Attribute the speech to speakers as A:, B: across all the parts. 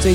A: 最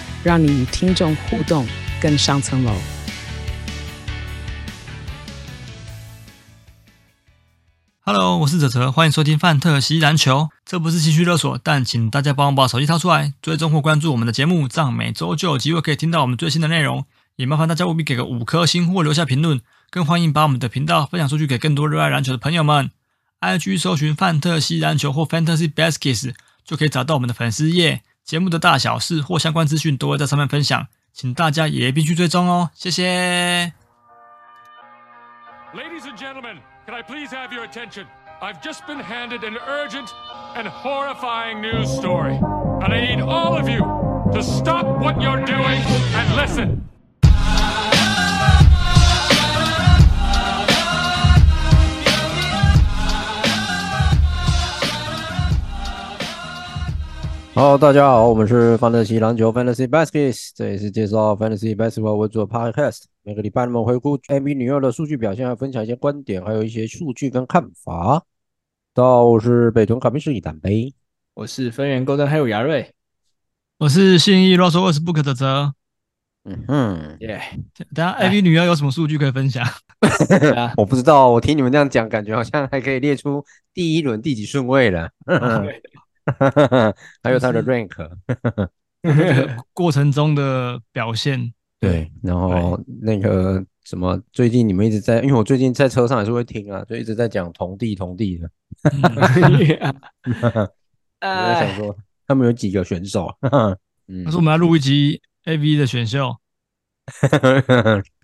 A: 让你与听众互动更上层楼。
B: Hello，我是哲哲，欢迎收听《范特西篮球》。这不是情绪勒索，但请大家帮我把手机掏出来，追踪或关注我们的节目，这样每周就有机会可以听到我们最新的内容。也麻烦大家务必给个五颗星或留下评论，更欢迎把我们的频道分享出去给更多热爱篮球的朋友们。IG 搜寻“范特西篮球”或 “Fantasy Baskets” 就可以找到我们的粉丝页，节目的大小事或相关资讯都会在上面分享，请大家也必须追踪哦，谢谢。
C: Ladies and gentlemen, can I please have your attention? I've just been handed an urgent and horrifying news story. And I need all of you to stop what you're doing and listen.
D: Hello，大家好，我们是范特西篮球 Fantasy Baskets，这也是介绍 Fantasy Basketball 为主的 Podcast。每个礼拜我们回顾 NBA 女优的数据表现，还分享一些观点，还有一些数据跟看法。到是北屯卡宾士里单杯，
E: 我是分园勾灯，还有牙瑞，
B: 我是信义啰嗦二十 book 的哲，
D: 嗯哼，，
E: 耶、
B: 等下 AV 女优有什么数据可以分享？
E: 对啊
D: 我不知道，我听你们这样讲，感觉好像还可以列出第一轮第几顺位 了，
E: 对
D: 还有他的 rank。
B: 过程中的表现，
D: 对，然后那个什么，最近你们一直在，因为我最近在车上也是会听啊，就一直在讲同地同地的。
B: 嗯
E: 啊
D: 我在想
E: 哎，
D: 说，他们有几个选手？嗯
B: 他说我们要录一集 AV 的选秀，
D: 可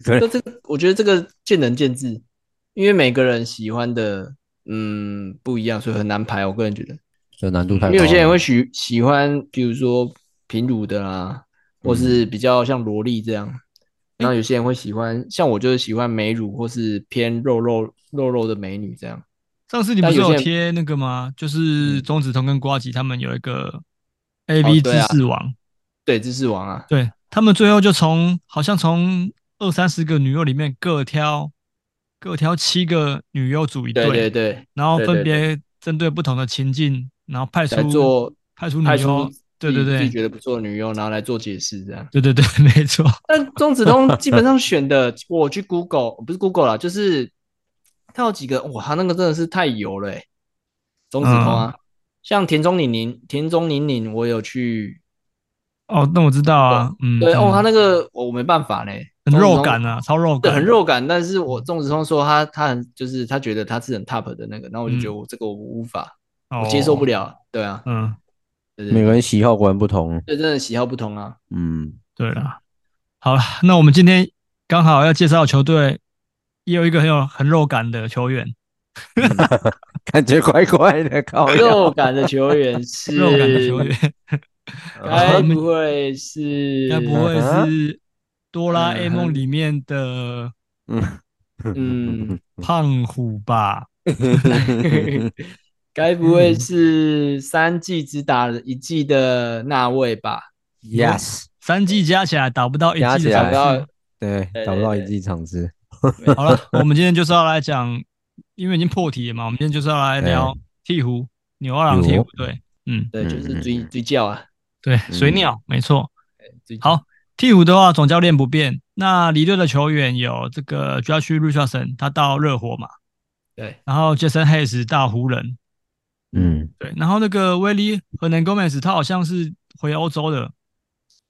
E: 就
D: 能
E: 这个，我觉得这个见仁见智，因为每个人喜欢的嗯不一样，所以很难排。我个人觉得，
D: 这难度太
B: 啊
D: 高了。
E: 因为有些人会喜喜欢，比如说平乳的啊，或是
B: 嗯
E: 比较像萝莉这样。然后有些人会喜欢，像我就是喜欢美乳或是偏肉肉肉肉的美女这样。
B: 上次你不是
E: 但有
B: 有
E: 些人
B: 贴那个吗？就是钟子通跟瓜吉他们有一个 AV
E: 哦对啊
B: 知识网，
E: 对，知识王啊，
B: 对他们最后就从好像从二三十个女优里面各挑各挑七个女优组一
E: 对
B: 队，
E: 对对，
B: 然后
E: 对
B: 分
E: 对对
B: 别针对不同的情境，然后派
E: 来
B: 出
E: 做
B: 派出女
E: 派
B: 优
E: 出，
B: 对对
E: 自己自
B: 对
E: 己觉得不错的女优，然后来做解释这样。
B: 对对对，没错，
E: 但钟子通基本上选的，我去 Google 不是 Google 啦，就是他有几个哇，他那个真的是太油了、欸。钟子通啊，
B: 嗯
E: 像田中宁宁、田中宁宁，我有去，
B: 哦，那我知道啊，嗯，
E: 对哦，
B: 嗯
E: 他那个我我没办法嘞，
B: 很肉感
E: 钟子
B: 啊，超肉
E: 通，哦对，
B: 感，
E: 很肉感。但是我钟子通说他他很就是他觉得他是很 top 的那个，然后我就
B: 嗯
E: 觉得我这个我无法，
B: 哦，
E: 我接受不了。对啊，
B: 嗯，
E: 对
D: 每
E: 对
D: 个人喜好果然不同。
E: 对，真的喜好不同啊。
D: 嗯，
B: 对啦，好了，那我们今天刚好要介绍的球队，也有一个很有很肉感的球员，
D: 感觉怪怪的，靠腰。
E: 肉感的球员是
B: 肉感的球员， 哦
E: 该不会是？
B: 该不会是哆啦 A 梦里面的
D: 嗯
E: 嗯，
B: 胖虎吧？
E: 该不会
D: 嗯
E: 是三季只打了一季的那位吧？
D: ，yes，
B: 三季加起来打不到一
D: 加
B: 季
D: 起
B: 的场
D: 来
E: 想
B: 次。
E: 到
D: 对，
E: 对
D: 找不到
E: 对
D: 一技场子。
B: 好了，我们今天就是要来讲，因为已经破题了嘛，我们今天就是要来聊鹈鹕纽奥良鹈鹕队，嗯，
E: 对，就是追
D: 嗯嗯嗯
E: 追叫啊，
B: 对，水鸟没错。
E: 追
B: 好，鹈鹕的话，总教练不变。那离队的球员有这个 Josh Richardson，他到热火嘛，
E: 对，
B: 然后 Jason Hayes 到湖人，
D: 嗯，
B: 对，然后那个威利和南 Gomez 他好像是回欧洲的，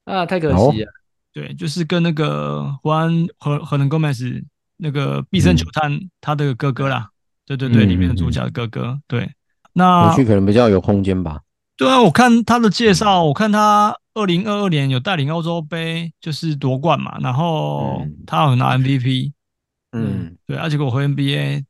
E: 啊，太可惜了，
B: 对，就是跟那个胡安和和南 Gomez 那个必胜球探他的哥哥啦，对对对，
D: 嗯
B: 里面的主角的哥哥，对，那
D: 回去可能比较有空间吧。
B: 对啊，我看他的介绍，我看他二零二二年有带领欧洲杯就是夺冠嘛，然后
D: 嗯
B: 他有拿 MVP，
D: 嗯，
B: 对啊，结果回 NBA，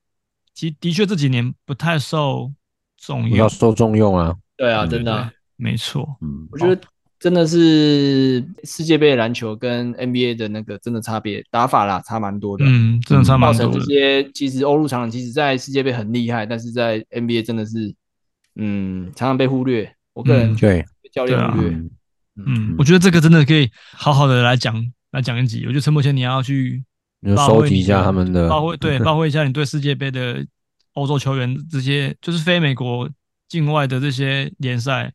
B: 其实的确这几年不太受重
D: 比较
B: 用，
D: 受重用啊。
E: 对啊，
D: 嗯
E: 真的啊，
B: 没错，
D: 嗯
E: 我觉得真的是世界杯的篮球跟 NBA 的那个真的差别打法啦，差蛮多的。
B: 嗯，真的差
E: 造
B: 蛮多
E: 成这
B: 的。
E: 些其实欧陆常人其实在世界杯很厉害，但是在 NBA 真的是，嗯，常常被忽略。我个人
B: 嗯
E: 觉
D: 对，
E: 得被教练忽略，
D: 嗯
B: 嗯，我觉得这个真的可以好好的来讲来讲一集。我觉得陈柏谦你要去
D: 你就
B: 发挥
D: 收集一下他们的
B: 发挥，对，发挥一下你对世界杯的欧洲球员这些，就是非美国境外的这些联赛，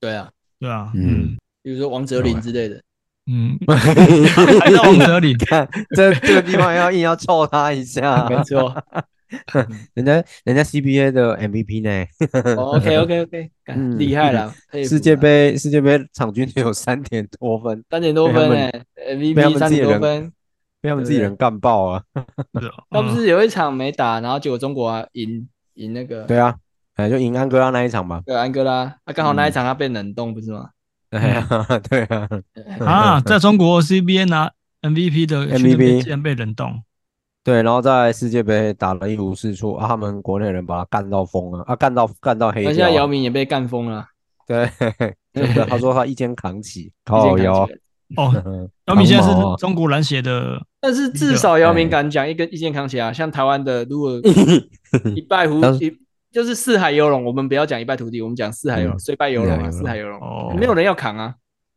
E: 对啊，
B: 对啊，
D: 嗯
E: 比如说王哲林之类的，
B: 嗯， 还在王哲里，
D: 看这这个地方要硬要凑他一 下，
E: 啊没错。
D: 人家人家 CBA 的 MVP 呢，
E: OK OK OK，
D: 嗯
E: 厉害啦，佩服 啦
D: 世界杯世界杯场均只有三点多分，
E: 三点多分欸呢
D: 被他
E: ，MVP
D: 们
E: 三
D: 自己
E: 点多
D: 人
E: 分，
D: 被他们
E: 对
D: 自己
E: 对
D: 人干爆啊！
B: 对啊
E: 他不
B: 嗯
E: 是有一场没打，然后结果中国啊赢赢那个
D: 对啊，哎，就赢安哥拉那一场吧。
E: 对安哥拉，啊刚好
D: 嗯
E: 那一场他被冷冻不是吗？
D: 哎
E: 嗯
D: 呀， 对啊，
B: 啊，在中国 CBA 拿 MVP 的
D: MVP
B: 竟然被冷冻，
D: 对，然后在世界杯打了一无是处啊，他们国内人把他干到疯了啊，干到干到黑
E: 那
D: 掉。啊
E: 现在姚明也被干疯了，
D: 对，真的，他说他一肩扛 起，
E: 已经
D: 靠
E: 感
D: 腰
E: 觉。
B: 哦，姚明现在是中国篮协的，
E: 但
D: 啊
E: 是至少姚
D: 哎
E: 明敢讲一根一肩扛起啊，像台湾的如 果一败糊
D: 当
E: 一就是四海游龙，我们不要讲一败涂地，我们讲四海游龙，
D: 嗯
E: 虽败犹荣
D: 四海
E: 啊，
D: 游龙
E: 四海游龙，
B: 哦，
E: 没有人要扛啊，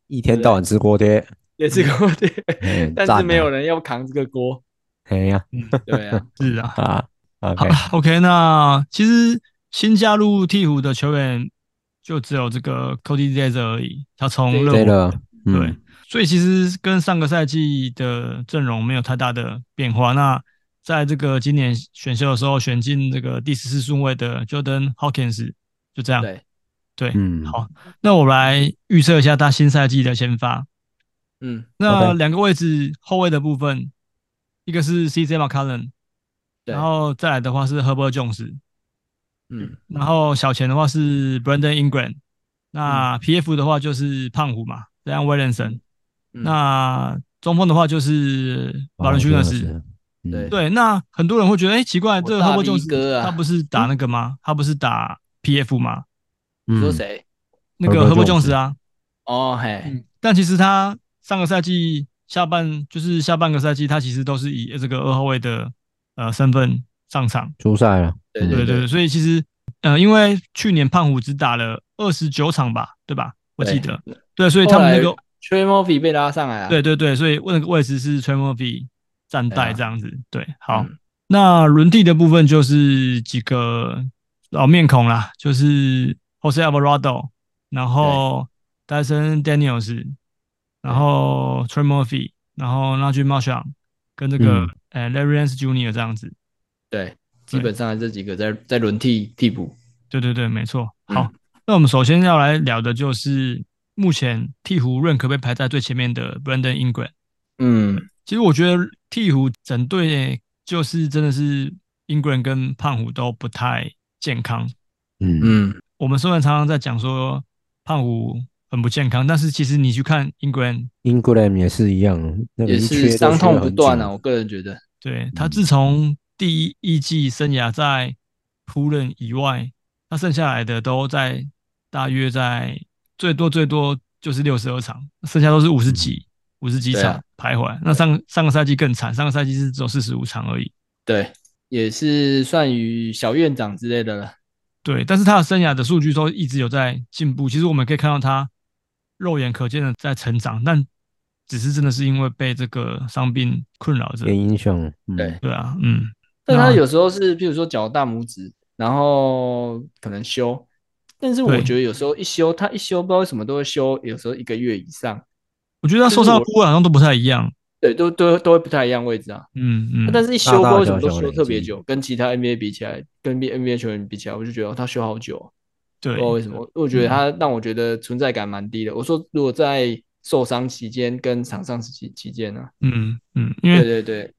D: 一天到晚吃锅贴，
E: 也是个 问题，
D: 哎
E: 但是
D: 赞
E: 没有
D: 啊
E: 人要扛这个锅，
D: 哎呀
E: 对 啊，
B: 是啊。
D: 啊
B: 好
D: ，OK，
B: ，OK，那其实新加入鹈鹕的球员就只有这个 Cody j a z 而已，他从热
D: 对
B: 火，
D: 了，
B: 对
D: 嗯，，
B: 所以其实跟上个赛季的阵容没有太大的变化。那在这个今年选秀的时候选进这个第十四顺位的 Jordan Hawkins，就这样。
E: 对，
B: 对，
D: 嗯，
B: 好，那我们来预测一下他新赛季的先发。
E: 嗯，
B: 那
D: OK
B: 两个位置后卫的部分，一个是 CJ McCollum，
E: 对
B: 然后再来的话是 Herbert Jones，
E: 嗯，
B: 然后小前的话是 Brandon Ingram，那 PF 的话就是胖虎嘛，这样 Williamson，
E: 嗯
B: 那中锋的话就是
D: 哇
B: v a l e n t i n
D: 我
B: a
D: 真的
B: s
D: 嗯
E: 对
B: 对，那很多人会觉得，哎，奇怪，
E: 我
B: 这个
E: 大
B: Herbert
E: B 哥
B: Jones
E: 啊
B: 他不是打那个吗？他不是打 PF 吗？
E: 你
D: 嗯
E: 说谁？
B: 那个
D: Herbert
B: Herbert
D: Jones
B: Jones 啊，
E: 哦嘿，
B: 嗯，但其实他上个赛季下半就是下半个赛季，他其实都是以这个二号位的呃身份上场。
D: 出赛了，嗯
E: 对
B: 对
E: 对
B: 对对，所以其实呃，因为去年胖虎只打了二十九场吧，对吧？我记得，对，所以他们那个，
E: t r e m o r y 被拉上来啊，
B: 对对对，所以那个位置是 t r e m o r y 站
E: 对啊
B: 带这样子。对，好，
E: 嗯
B: 那轮地的部分就是几个老面孔啦，就是 Jose Alvarado，然后 Dyson Daniels，然后 t r e m o r y 然后 Najee Marshall 跟这
E: 嗯
B: 个呃 Larry Nance Jr. 这样子。
E: 对，基本上这几个在在轮替替补，
B: 对对对，没错。
E: 嗯
B: 好，那我们首先要来聊的就是目前鹈鹕认可被排在最前面的 Brandon Ingram。
E: 嗯，
B: 其实我觉得鹈鹕整队就是真的是 Ingram 跟胖虎都不太健康。
D: 嗯
E: 嗯，
B: 我们虽然常常在讲说胖虎很不健康，但是其实你去看 Ingram，
D: ，Ingram 也是一样，那个
E: 也
D: 一
E: 是
D: 缺就
E: 伤
D: 缺
E: 痛
D: 很
E: 不断
D: 久
E: 啊，我个人觉得，
B: 对
E: 嗯
B: 他自从第一一季生涯在湖人以外，他剩下来的都在大约在最多最多就是六十二场，剩下都是五十几五十几
E: 嗯对
B: 场
E: 啊
B: 徘徊。那上上个赛季更惨，上个赛季是只有四十五场而已。
E: 对，也是算于小院长之类的了。
B: 对，但是他的生涯的数据都一直有在进步。其实我们可以看到他肉眼可见的在成长，但只是真的是因为被这个伤病困扰着
D: 也。影响，嗯
E: 对，
B: 对啊，嗯，
E: 但
B: 那
E: 他有时候是，譬如说脚大拇指，然后可能修，但是我
B: 对
E: 觉得有时候一修，他一修不知道为什么都会修，有时候一个月以上，
B: 我觉得他受伤的部位好像都不太一样。
E: 对，都都都会不太一样位置啊。
B: 嗯嗯，
E: 但是一修不知道为什么都
D: 大大小小
E: 修
D: 的
E: 特别
D: 已经
E: 久，跟其他 NBA 比起来，跟 B NBA 球员比起来，我就觉得、哦他修好久哦、
B: 对
E: 不知道为什么，我我觉得他让我觉得存在感蛮低的。我说如果在受伤期间跟场上期期间呢、啊，
B: 嗯，嗯，因
E: 对
B: 为
E: 对对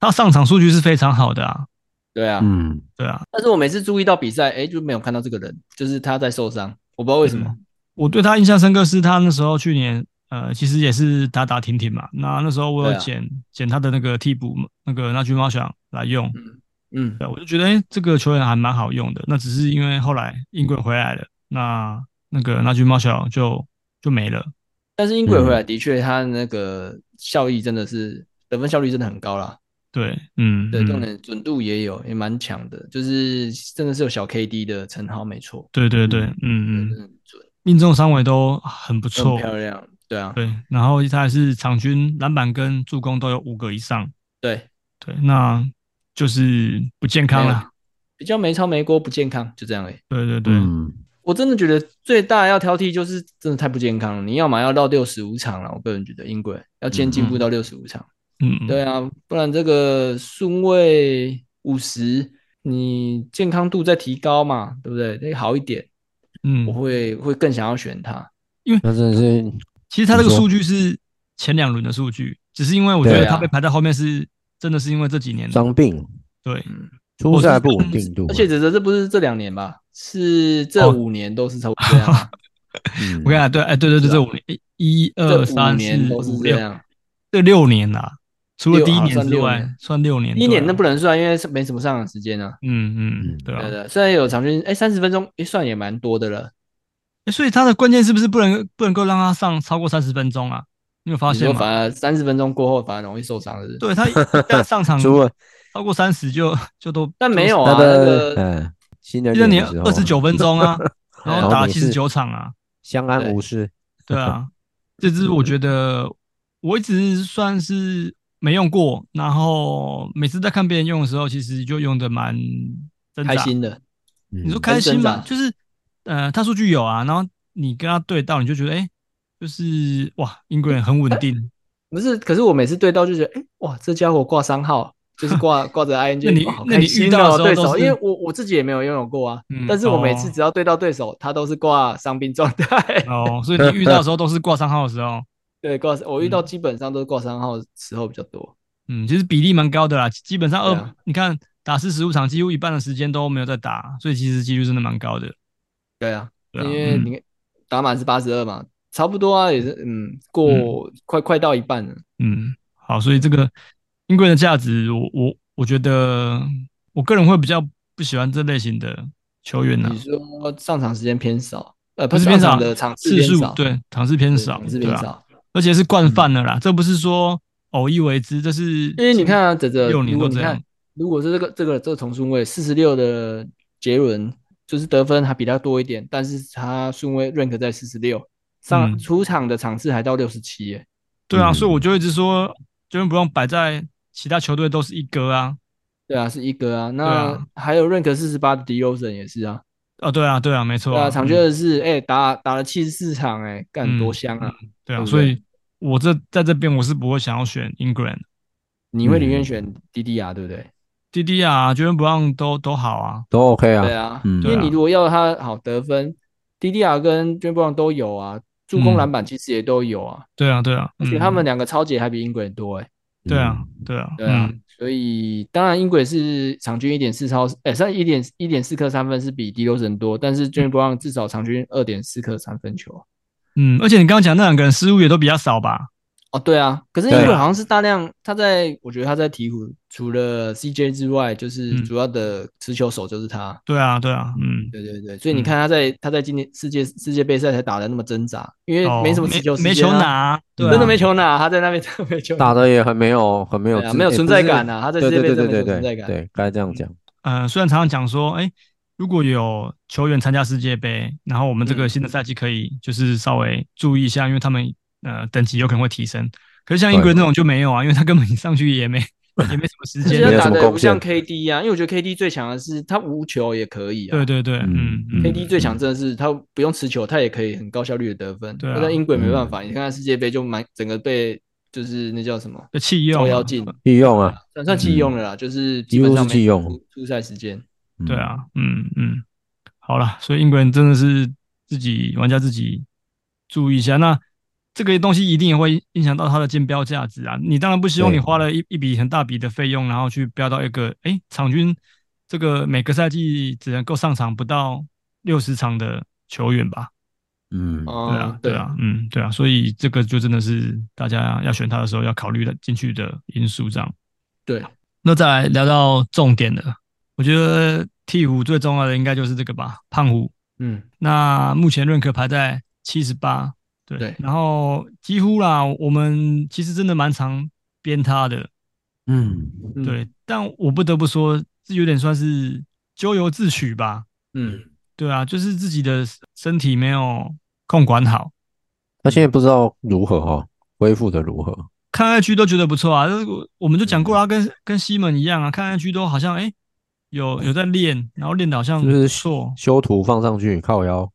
B: 他上场数据是非常好的啊，
E: 对啊，
D: 嗯，
B: 对啊，
E: 但是我每次注意到比赛，哎、就没有看到这个人，就是他在受伤，我不知道为什么。
B: 我对他印象深刻是他那时候去年呃，其实也是打打停停嘛，那那时候我
E: 对
B: 有
E: 啊
B: 捡、捡他的那个替补那个那句猫想来用，
E: 嗯，
B: 对，我就觉得哎、诶这个球员还蛮好用的，那只是因为后来英国回来了，那那个那句猫想就就没了，
E: 但是英轨回来的确，他那个效益真的是得分效率真的很高啦。
B: 对，嗯，
E: 对，
B: 嗯
E: 重点准度也有，也蛮强的，就是真的是有小 KD 的称号，没错。
B: 对对对，
E: 嗯
B: 嗯嗯，
E: 嗯，准，
B: 命中三围都很不
E: 很
B: 错，
E: 漂亮。对啊，
B: 对，然后他还是场均篮板跟助攻都有五个以上，
E: 对，
B: 对，那就是不健康
E: 没
B: 了，
E: 比较没超没锅，不健康，就这样而已。
B: 对对对，
D: 嗯，
E: 我真的觉得最大要挑剔就是真的太不健康了。你要么要到六十五场了，我个人觉得英国要先进步到六十五场。
B: 嗯，
E: 对啊，不然这个顺位五十，你健康度再提高嘛，对不对？那好一点，
B: 嗯
E: 我，会会更想要选他。
D: 那真的是
B: 其实他这个
D: 你说
B: 数据是前两轮的数据，只是因为我觉得
E: 对啊
B: 他被排在后面是真的是因为这几年
D: 伤病，
B: 对
E: 嗯
D: 出赛不稳定度，啊
E: 而且指责这不是这两年吧，是这
B: 哦
E: 五年都是差不多这 样，
D: 嗯
B: 我跟你讲，对，哎，对对对，
E: 是啊
B: 这五年，一一
E: 这
B: 二
E: 五
B: 三
E: 年
B: 四
E: 都是
B: 五
E: 这
B: 六，
E: 样。
B: 这六年呐，除了
E: 六
B: 第一
E: 好
B: 年
E: 算
B: 之
E: 六
B: 外
E: 年，
B: 算六年，
E: 第一年
B: 对啊
E: 那不，能算，因为是没什么上场时间啊。
B: 嗯嗯，对啊
E: 对，对，虽然有场均哎三十分钟，也算也蛮多的了。
B: 哎所以他的关键是不是不能不能够让他上超过三十分钟啊？你有发
E: 你
B: 现
E: 说
B: 吗？
E: 反而三十分钟过后反而容易受伤，是不是？
B: 对他一旦上场
D: 除了
B: 超过三十就就都，
E: 但没有
B: 就
E: 啊
D: 他的
E: 那个
D: 嗯，新的
B: 是，就是你
D: 年的时候
B: 二十九分钟 啊，然后
D: 然
B: 打
D: 后
B: 七
D: 你
B: 十
D: 是
B: 九场啊，
D: 相安无事，
B: 对 啊，这支我觉得我一直算是没用过，然后每次在看别人用的时候，其实就用的蛮挣扎
E: 开。心的，
B: 你
D: 你
B: 说开心吗？
E: 很
B: 就
E: 挣扎
B: 是呃，他数据有啊，然后你跟他对到，你就觉得哎、诶就是哇，英国人很稳定。
E: 不是？可是我每次对到就觉得，哎、哇，这家伙挂 三号，就是挂挂着 ING，
B: 那你
E: 哇好
B: 那你
E: 开心
B: 遇到的
E: 哦
B: 时候
E: 对
B: 都
E: 手，
B: 是
E: 因为我我自己也没有拥有过啊，
B: 嗯
E: 但是我每次
B: 哦
E: 只要对到对手，他都是挂伤病状态，
B: 哦，所以你遇到的时候都是挂三号的时候，
E: 对，挂我遇到
B: 嗯
E: 基本上都是挂三号的时候比较多，
B: 嗯，其实比例蛮高的啦，基本上二、
E: 对啊
B: 你看打四十五场，几乎一半的时间都没有在打，所以其实几率真的蛮高的。
E: 对啊，
B: 对啊，
E: 因为
B: 嗯
E: 你看打满是八十二嘛，差不多啊，也是嗯，过、快快到一半了，
B: 嗯，好，所以这个英国人的价值，我我我觉得我个人会比较不喜欢这类型的球员呢、
E: 你说上场时间偏少，呃，
B: 不是
E: 上
B: 偏少
E: 场的场次
B: 次
E: 偏
B: 数
E: 少，
B: 对，场次偏
E: 对，
B: 少，
E: 场次
B: 对
E: 偏
B: 啊
E: 少。嗯
B: 而且是惯犯了啦，这不是说偶一为之，这是
E: 因为你看啊，哲哲，
B: 六年
E: 如果
B: 都
E: 你
B: 这样
E: 看，如果是这个这个这个同顺位四十六的杰伦，就是得分还比他多一点，但是他顺位 rank 在四十六，上、
B: 嗯
E: 出场的场次还到六十七耶。
B: 对啊，
D: 嗯
B: 所以我就一直说 j o r 不用摆在其他球队都是一哥啊，
E: 对啊，是一哥啊。那、
B: 啊
E: 还有 rank 四十八的迪欧森也是啊。
B: 哦，对啊，对啊，没错
E: 对啊，场均
B: 嗯
E: 二是哎、打打了七十四场哎、干
B: 嗯
E: 多香啊！
B: 对啊，
E: 对不
B: 所
E: 对
B: 以我这在这边我是不会想要选 England、
E: 你
B: 嗯
E: 会宁
D: 嗯
E: 愿选 DDR 对不对？
B: D D 啊、j o r 不让都都好啊，
D: 都 OK
E: 对
D: 啊，
E: 啊，
D: 嗯
E: 因为
B: 对啊
E: 你如果要他好得分，DDR 跟 j a m b r o w n 都有啊，助攻
B: 嗯
E: 篮板其实也都有啊，
B: 对啊，对啊，
E: 而
B: 嗯
E: 且他们两个超级还比英国人多哎、
D: 嗯
B: 对啊，对啊，
E: 对啊，
B: 嗯
E: 所以当然英国也是场均一点四超，哎、上一点一点四颗三分是比迪罗神多，但是 j a m e Brown 至少场均二点四颗三分球。
B: 嗯，而且你刚刚讲那两个人失误也都比较少吧？
E: 哦，对啊，可是英
D: 对啊
E: 国好像是大量他在，我觉得他在鹈鹕除了 CJ 之外，就是
B: 嗯
E: 主要的持球手就是他。
B: 对啊，对啊，嗯，
E: 对对对，所以你
B: 嗯
E: 看他在、他在今年世界世界杯赛才打的那么挣扎，因为
B: 哦
E: 没什么持球时间、
B: 没
E: 啊
B: 球拿，对啊
E: 真的没球拿，他在那边 真的没球拿
D: 打的也很没有很没有
E: 对啊
D: 自
E: 没有
D: 哎
E: 存
D: 不
E: 在
D: 是
E: 感啊他在
D: 对
E: 世界
D: 对
E: 杯
D: 对
E: 真的没
D: 对
E: 有
D: 对
E: 存在感嗯
D: 对，该这样讲，
B: 呃，虽然常常讲说，哎、如果有球员参加世界杯，然后我们这个
E: 嗯
B: 新的赛季可以就是稍微注意一下，因为他们呃等级有可能会提升。可是像英国
D: 对
B: 那种就没有啊，因为他根本上去也没 也没什么时
E: 而且
B: 间
E: 他
D: 没有
E: 打
D: 什么
E: 的
D: 贡
E: 不像
D: 献
E: KD 啊，因为我觉得 KD 最强的是他无球也可以啊。
B: 对对对，嗯
D: 嗯
B: 嗯
E: KD 最强真的是他不用持球，他也可以很高效率的得分。
B: 对啊
E: 那在英国也没
D: 嗯
E: 办法，你看他世界杯就蛮整个被就是那叫什么
B: 就弃用
E: 照
B: 啊
E: 妖镜，
D: 利用啊，
E: 算算弃用了啦，就是基
D: 几
E: 本
D: 乎
E: 上
D: 是
E: 没
D: 弃用
E: 出出赛时间。
D: 嗯
B: 对，啊，嗯嗯，好了，所以英国人真的是自己玩家自己注意一下。那这个东西一定也会影响到它的竞标价值啊。你当然不希望你
D: 对
B: 花了一一笔很大笔的费用，然后去标到一个哎、诶场均这个每个赛季只能够上场不到六十场的球员吧？
D: 嗯，
E: 哦
B: 对啊，
E: 对
B: 对啊，嗯，对啊，所以这个就真的是大家要选他的时候要考虑的进去的因素这样。
E: 对，
B: 那再来聊到重点了，我觉得鹈鹕最重要的应该就是这个吧，胖虎。
E: 嗯，
B: 那目前认可排在七十八，对，
E: 对
B: 然后几乎啦，我们其实真的蛮常编他的，
D: 嗯，
E: 嗯
B: 对，，但我不得不说，这有点算是咎由自取吧，
E: 嗯，
B: 对啊，就是自己的身体没有控管好，
D: 他现在不知道如何哈、恢复的如何，
B: 看 IG 都觉得不错啊，就是我我们就讲过啊，跟跟西门一样啊，看 IG 都好像哎、诶有有在练，然后练的好像
D: 是不
B: 嗯不
D: 是
B: 错，
D: 修图放上去 靠腰，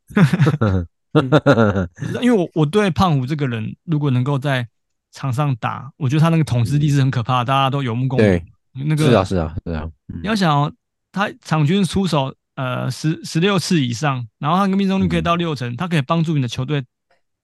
B: 因为我我对胖虎这个人，如果能够在场上打，我觉得他那个统治力是很可怕的，大家都有目共睹。
D: 对，
B: 那个
D: 是啊是啊是啊，嗯
B: 你要想、哦，他场均出手呃十十六次以上，然后他的命中率
D: 嗯
B: 可以到六成，他可以帮助你的球队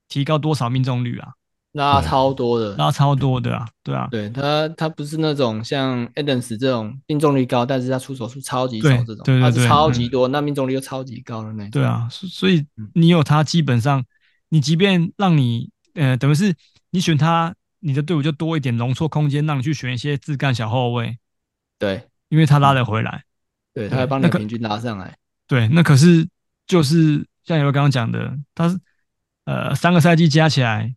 B: 提高多少命中率啊？
D: 嗯
E: 拉超多的，
B: 拉超多的啊，对啊，
E: 对他，他不是那种像 Adams 这种命中率高，但是他出手数超级少
B: 对
E: 这种，
B: 对对
E: 他是
B: 对
E: 超
B: 嗯
E: 级多，那命中率又超级高的那种。
B: 对啊，所所以
E: 嗯
B: 你有他，基本上你即便让你呃等于是你选他，你的队伍就多一点容错空间，让你去选一些自干小后卫，
E: 对
B: 因为他拉得回来。
E: 对，他会帮你
B: 那个
E: 平均拉上来。
B: 对，那可是就是像有刚刚讲的，他是呃三个赛季加起 来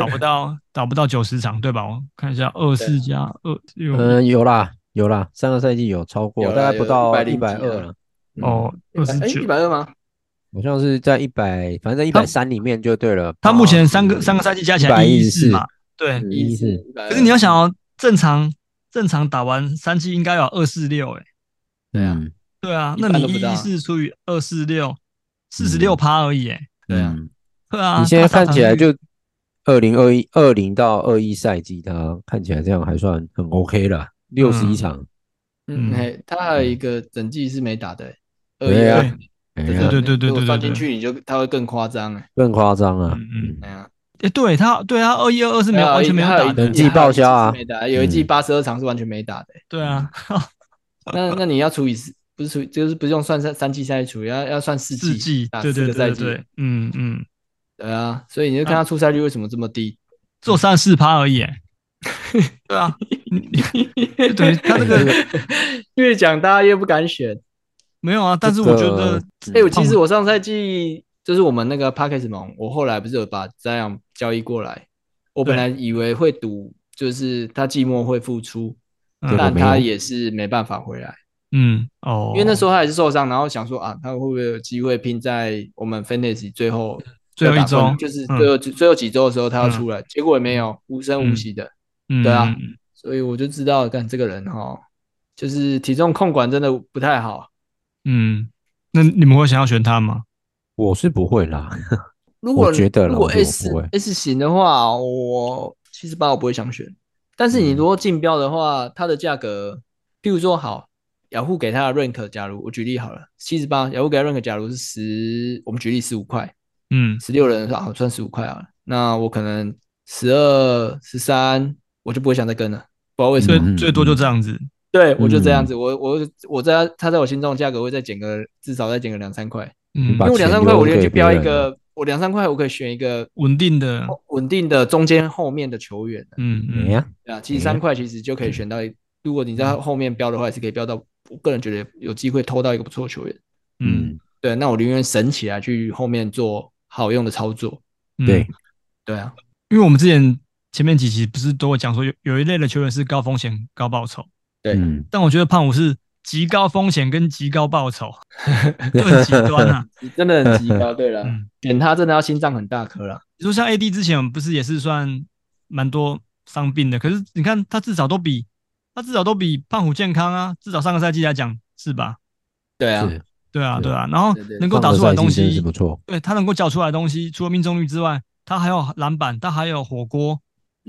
B: 打不到打不到九十场，对吧？啊我看一下，二四加二六
D: 嗯，有啦有啦，上个赛季有超过，
E: 有啦
D: 大概不
E: 有
D: 到一
E: 100
D: 百
E: 几
D: 二
E: 啊
D: 了，
B: 哦，二十
E: 哎，
B: 九
E: 一。百二吗？
D: 好像是在一百，反正在一
B: 他
D: 百三里面就对了。嗯
B: 他目前三个三个赛季加起来嗯一四
D: 114
B: 嘛，对。
D: 一是，
E: 120
B: 可是你要想哦，正常正常打完三季应该有二四六，哎，
E: 对啊，
D: 嗯
B: 对啊，
E: 一
B: 那
E: 般
B: 你
E: 都不
B: 一
E: 到
B: 四除以二四六，四十六趴而已，哎，
E: 对啊，
D: 嗯
B: 对啊。
D: 你现在
B: 他上
D: 看
B: 场
D: 起来
B: 率
D: 就二零二一二零到二一赛季，他看起来这样还算很 OK 了，六十一场。
E: 嗯，
B: 嗯
E: 嘿，他还有一个整季是没打的，二一
D: 对啊
E: 二，
D: 哎
E: 这
D: 呀
E: 个
B: 对对对
E: 如果
B: 对
E: 算
B: 对
E: 进去你就他会更夸张哎，
D: 更夸张啊！
B: 嗯嗯，
E: 哎呀，
B: 哎，对他对他二一二二是没有
E: 还有
B: 完
E: 一
B: 全没有
E: 还
B: 打
E: 有一
B: 的
D: 整，季
E: 还有
D: 报
E: 一季
D: 销啊
E: 是没打，有一季八十二场是完全没打的。
B: 对啊，
E: 嗯那那你要除以四，不是除以，就是不用算三三季赛除以，要要算四季，
B: 四季，
E: 打
B: 对
E: 四
B: 对
E: 个
B: 对
E: 赛
B: 对
E: 季，
B: 对，嗯嗯，
E: 对啊，所以你就看他出赛率为什么这么低，
B: 做三四趴而已 欸，对啊，你你就等于他那个
D: 哎
E: 越讲大家越不敢选。
B: 没有啊，但是
D: 这个
B: 我觉得，
E: 哎、我其
B: 胖
E: 实
B: 虎
E: 我上赛季就是我们那个 p a c k a g e 盟，我后来不是有把这样交易过来，我
B: 对
E: 本来以为会赌，就是他季末会复出，
D: 结果
E: 但
B: 嗯
D: 没
E: 他
D: 有
E: 也是没办法回来。
B: 嗯哦，
E: 因为那时候他也是受伤，然后想说啊，他会不会有机会拼在我们 fantasy 最后
B: 嗯最后一
E: 打
B: 周
E: 分就是
B: 嗯
E: 最后、最后几周的时候他要出来，结果也没有，无声无息的，
B: 嗯
E: 对啊
B: 嗯嗯
E: 所以我就知道，干这个人哈，就是体重控管真的不太好。
B: 嗯，那你们会想要选他吗？
D: 我是不会啦，
E: 如果
D: 我觉得啦
E: 如果
D: 我觉得
E: S
D: 我不会
E: S 型的话，我七十八我不会想选，但是你
B: 嗯
E: 如果竞标的话，它的价格，譬如说好。雅虎给他的 rank，假如我举例好了，七十八，雅虎给他的 rank 假如是十，我们举例十五块，
B: 嗯
E: 十六人啊，算十五块啊。那我可能十二、十三，我就不会想再跟了，不知道为什么。
B: 最
D: 嗯
B: 最多就这样子，
E: 对我就这样子，我我我在他在我心中的价格，我会再减个至少再减个两三块，
B: 嗯
D: 把
E: 因为，我两三块我就去标一
D: 钱留给别人
E: 个，我两三块我可以选一个
B: 稳定的，
E: 稳定的中间后面的球员的，
B: 嗯
D: 哎
B: 嗯
D: 呀，
E: 对哦啊，七十三块其实就可以选到一，如果你在
D: 嗯
E: 后面标的话，也是可以标到，我个人觉得有机会偷到一个不错的球员。
B: 嗯，
E: 对，啊那我宁愿省起来去后面做好用的操作。
B: 嗯
D: 对，
E: 对啊，
B: 因为我们之前前面几集不是都会讲说有有一类的球员是高风险高报酬，
E: 对，
D: 嗯，
B: 但我觉得胖虎是极高风险跟极高报 酬，都很极端啊。
E: 你真的很急高，对了
B: 嗯，
E: 选他真的要心脏很大颗了。
B: 你说像 AD 之前不是也是算蛮多伤病的，可是你看他至少都比他至少都比胖虎健康啊，至少上个赛季来讲是吧？
E: 对啊，
D: 是
B: 对啊，
D: 是
B: 对啊，然后
E: 对对
B: 能够
D: 上
B: 打
D: 个
B: 出来的
D: 赛
B: 东
D: 季真是
B: 西
D: 不，错，
B: 对他能够缴出来的东西，除了命中率之外，他还有篮板，他还有火锅，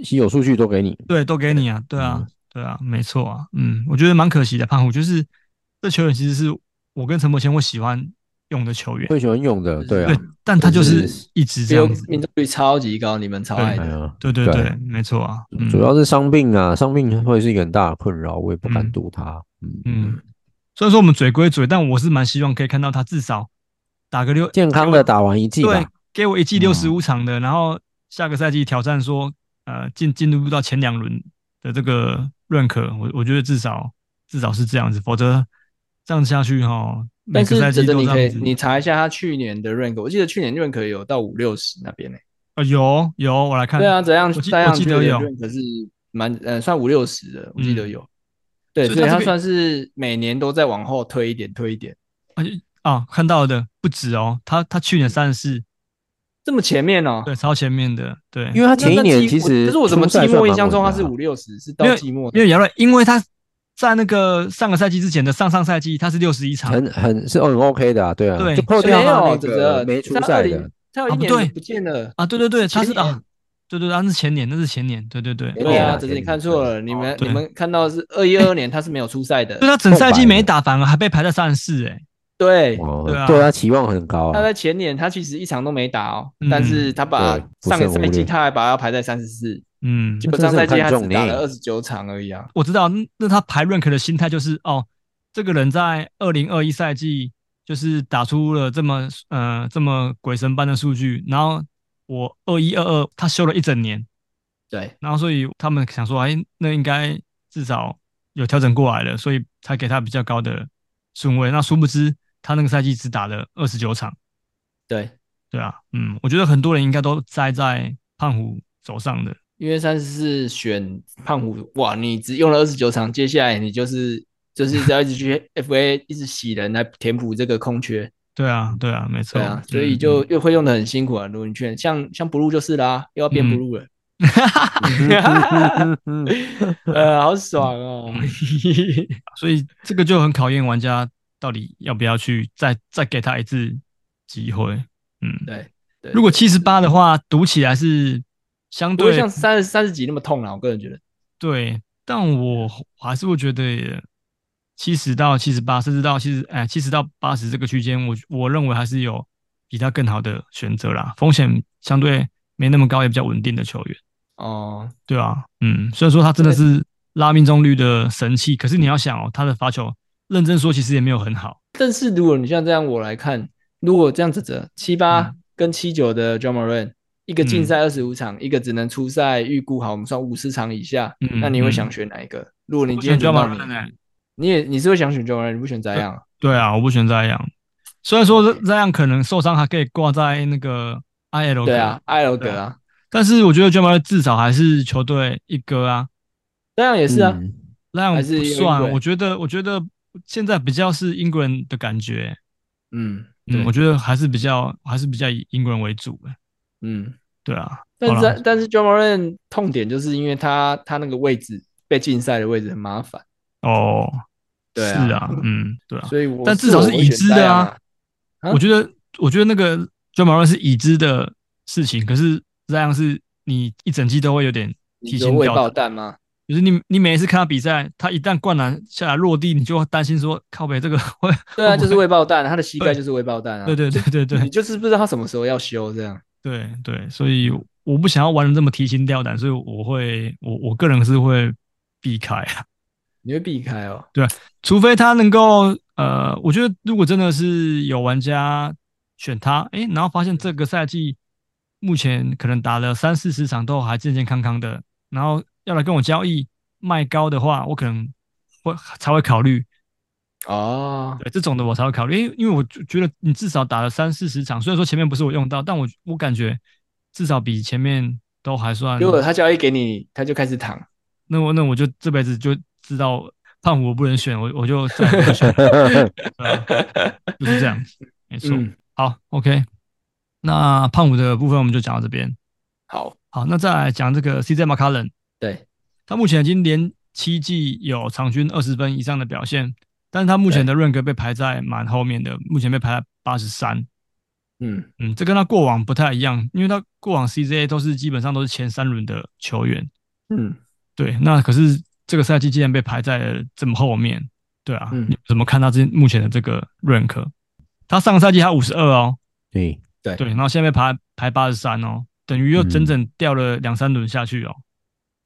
D: 稀有数据都给你，
B: 对，都给你啊，对啊，
D: 嗯
B: 对啊，没错啊，嗯，我觉得蛮可惜的，胖虎就是这球员其实是我跟陈柏谦会喜欢用的球员，
D: 会喜欢用的，对啊
B: 对，，但他就
D: 就是
B: 是一直这
E: 只有
B: 样子，
E: 命中率超级高，你们超爱
D: 哎
E: 的。
D: 呀，
B: 对对
D: 对
B: 对，没错啊，嗯
D: 主要是伤病啊，伤病会是一个很大的困扰，我也不敢
B: 嗯
D: 赌他，嗯，
B: 嗯，虽然说我们嘴归嘴，但我是蛮希望可以看到他至少打个六
D: 健康的打完一季
B: 对
D: 吧，，
B: 给我一季六十五场的，然后下个赛季挑战说呃进进入到前两轮的这个认可，我我觉得至少至少是这样子，否则这样下去哈，每
E: 但
B: 个
E: 是
B: 赛季
E: 真的，
B: 都
E: 你
B: 这
E: 可以
B: 样子，
E: 你查一下他去年的 rank，我记得去年 rank 有到五六十那边呢、欸
B: 啊，有有，我来看。
E: 对啊，怎样
B: 嗯我记
E: 带上
B: 我记
E: 去
B: 得
E: 的
B: 有嗯
E: 利润可是蛮呃算五六十的，我记得有。对，
B: 所以
E: 所以
B: 它这
E: 它
B: 个
E: 算是每年都在往后推一点，推一点。
B: 啊，看到的不止哦，他他去年三十四，
E: 这么前面哦，
B: 对，超前面的，对，
D: 因为他前一年其实
E: 可是我怎么
D: 初
E: 季
D: 赛算
E: 末
D: 蛮
E: 印象中
D: 稳
E: 它
D: 的
E: 是
D: 啊
E: 五六十，是
B: 因
E: 到
B: 为
E: 季末
B: 因为杨瑞，因为他在那个上个赛季之前的上上赛季，他是六十一场，
D: 很很是很 OK 的啊，对啊，
B: 对
D: 就扣
E: 没
D: 掉他那
E: 有，
D: 个没出赛的，，
E: 它有
B: 啊不
E: 一年
B: 对
E: 不见了。
B: 啊，对对对，他
E: 前
B: 是啊
E: 年，
B: 对对对，他是前年，那是前年，对对对，
D: 前
B: 哦
E: 对
D: 年啊
E: 啊，只是你
D: 前
E: 看
D: 年
E: 错
D: 对
E: 了，你们
B: 哦
E: 你
B: 对
E: 们看到是二一二年它是没有出赛 的
B: 所以，他整赛季没打，反而还被排在三十四，哎，
E: 对，
D: 哦
B: 对啊
D: 对他期望很高
E: 他
D: 啊，
E: 在 前年他其实一场都没打哦，
B: 嗯
E: 但是他把
D: 对不
E: 上个
D: 胜忽
E: 赛季
D: 略
E: 他还把他排在三十四，
B: 嗯
E: 基，本上赛季
D: 这
E: 他
D: 是很看
E: 只
D: 重
E: 打
D: 你
E: 了二十九场而已啊。
B: 我知道，那那他排 rank 的心态就是，哦，这个人在二零二一赛季就是打出了这么呃这么鬼神般的数据，然后我二一二二他休了一整年，
E: 对，
B: 然后所以他们想说，哎，那应该至少有调整过来了，所以才给他比较高的顺位。那殊不知他那个赛季只打了二十九场，
E: 对，
B: 对啊，嗯，我觉得很多人应该都栽在胖虎手上的，
E: 因为三十四选胖虎，哇，你只用了二十九场，接下来你就是就是要一直去 FA 一直洗人来填补这个空缺，
B: 对啊，对啊，没错，嗯
E: 对啊，所以就又会用的很辛苦啊。卢云券像像 blue 就是啦，又要变
B: 嗯
E: blue 了，
D: 嗯嗯嗯
E: 呃，好爽哦。
B: 所以这个就很考验玩家到底要不要去再再给他一次机会。嗯，
E: 对，对
B: 如果七十八的话，读起来是相
E: 不会
B: 对
E: 像三十三十几那么痛啦，我个人觉得。
B: 对，但我还是会觉得七十到七十八，甚至到七十哎七十到八十这个区间，我我认为还是有比他更好的选择啦，风险相对没那么高，也比较稳定的球员。
E: 哦，
B: 对啊，嗯，虽然说他真的是拉命中率的神器，可是你要想哦，他的罚球认真说其实也没有很好。
E: 但是如果你像这样我来看，如果这样子的七八
B: 嗯
E: 跟七九的 j o h n Moran，一个竞赛二十五场，一个只能出赛预估好，我们算五十场以下，
B: 嗯
E: 那你会想
B: 嗯
E: 选哪一个？如果你
B: 我
E: 今天
B: 选 Jo
E: 轮到
B: Moran 欸
E: 你，你也你是会想选 j o h n Moran，你不选 z 样啊？
B: 对啊，我不选这样。虽然说
E: 哦
B: 这样可能受伤还可以挂在那个 IL，
E: 对啊，，艾罗
B: 对
E: 格
B: 啊
E: 啊，
B: 但是我觉得 j a m a 至少还是球队一哥啊，
E: 这样也是啊，
D: 嗯
B: 那样
E: 还是
B: 不
E: 一个
B: 算。
E: 英国
B: 我觉得，我觉得现在比较是英国人的感觉，
E: 嗯，
B: 嗯，
E: 对
B: 我，觉得还是比较还是比较以英国人为主的，
E: 嗯，
B: 对啊。
E: 但
B: 好
E: 是
B: 啦
E: 在但是 j o h n Moran 痛点就是因为他他那个位置被禁赛的位置很麻烦，
B: 哦，
E: 对
B: 是啊，嗯，对啊。
E: 所以我
B: 但至少是已知的啊
E: 啊。啊
B: 我觉得，我觉得那个 j a m a 是已知的事情，可是这样是你一整季都会有点提
E: 你说
B: 心
E: 未
B: 吊
E: 爆
B: 胆。
E: 弹吗？
B: 就是你你每一次看他比赛，他一旦灌篮下来落地，你就会担心说靠北这个会，
E: 对啊，就是
B: 会
E: 未爆弹，他的膝盖
B: 对
E: 就是未爆弹啊。
B: 不会对对对对
E: 你
B: 对
E: 就是不知道他什么时候要修这样。
B: 对对，所以我不想要玩的这么提心吊胆，所以我会我我个人是会避开啊，
E: 你会避开哦，
B: 除非他能够呃，我觉得如果真的是有玩家选他，诶，然后发现这个赛季目前可能打了三四十场都还健健康康的，然后要来跟我交易卖高的话，我可能会才会考虑。
E: 哦，
B: 对这种的我才会考虑，因为因为我就觉得你至少打了三四十场，虽然说前面不是我用到，但我我感觉至少比前面都还算。
E: 啊如果他交易给你，他就开始躺。
B: 那我那我就这辈子就知道胖虎我不能选，我我就再也不会 选了，
D: 嗯
B: 对啊就是这样，没错。
E: 嗯，
B: 好，OK，那胖虎的部分我们就讲到这边。
E: 好，
B: 好，那再来讲这个 CJ McCollum，
E: 对，
B: 他目前已经连七季有场均二十分以上的表现，但是他目前的润格被排在蛮后面的，目前被排在八十三。
E: 嗯，
B: 嗯，这跟他过往不太一样，因为他过往 CJ 都是基本上都是前三轮的球员，
E: 嗯，
B: 对。那可是这个赛季竟然被排在了这么后面，对啊，
E: 嗯
B: 你怎么看他这目前的这个 rank？他上个赛季还五十二哦，
D: 对，
B: 对，然后现在被排排八十三哦，等于又整整掉了两三轮下去哦。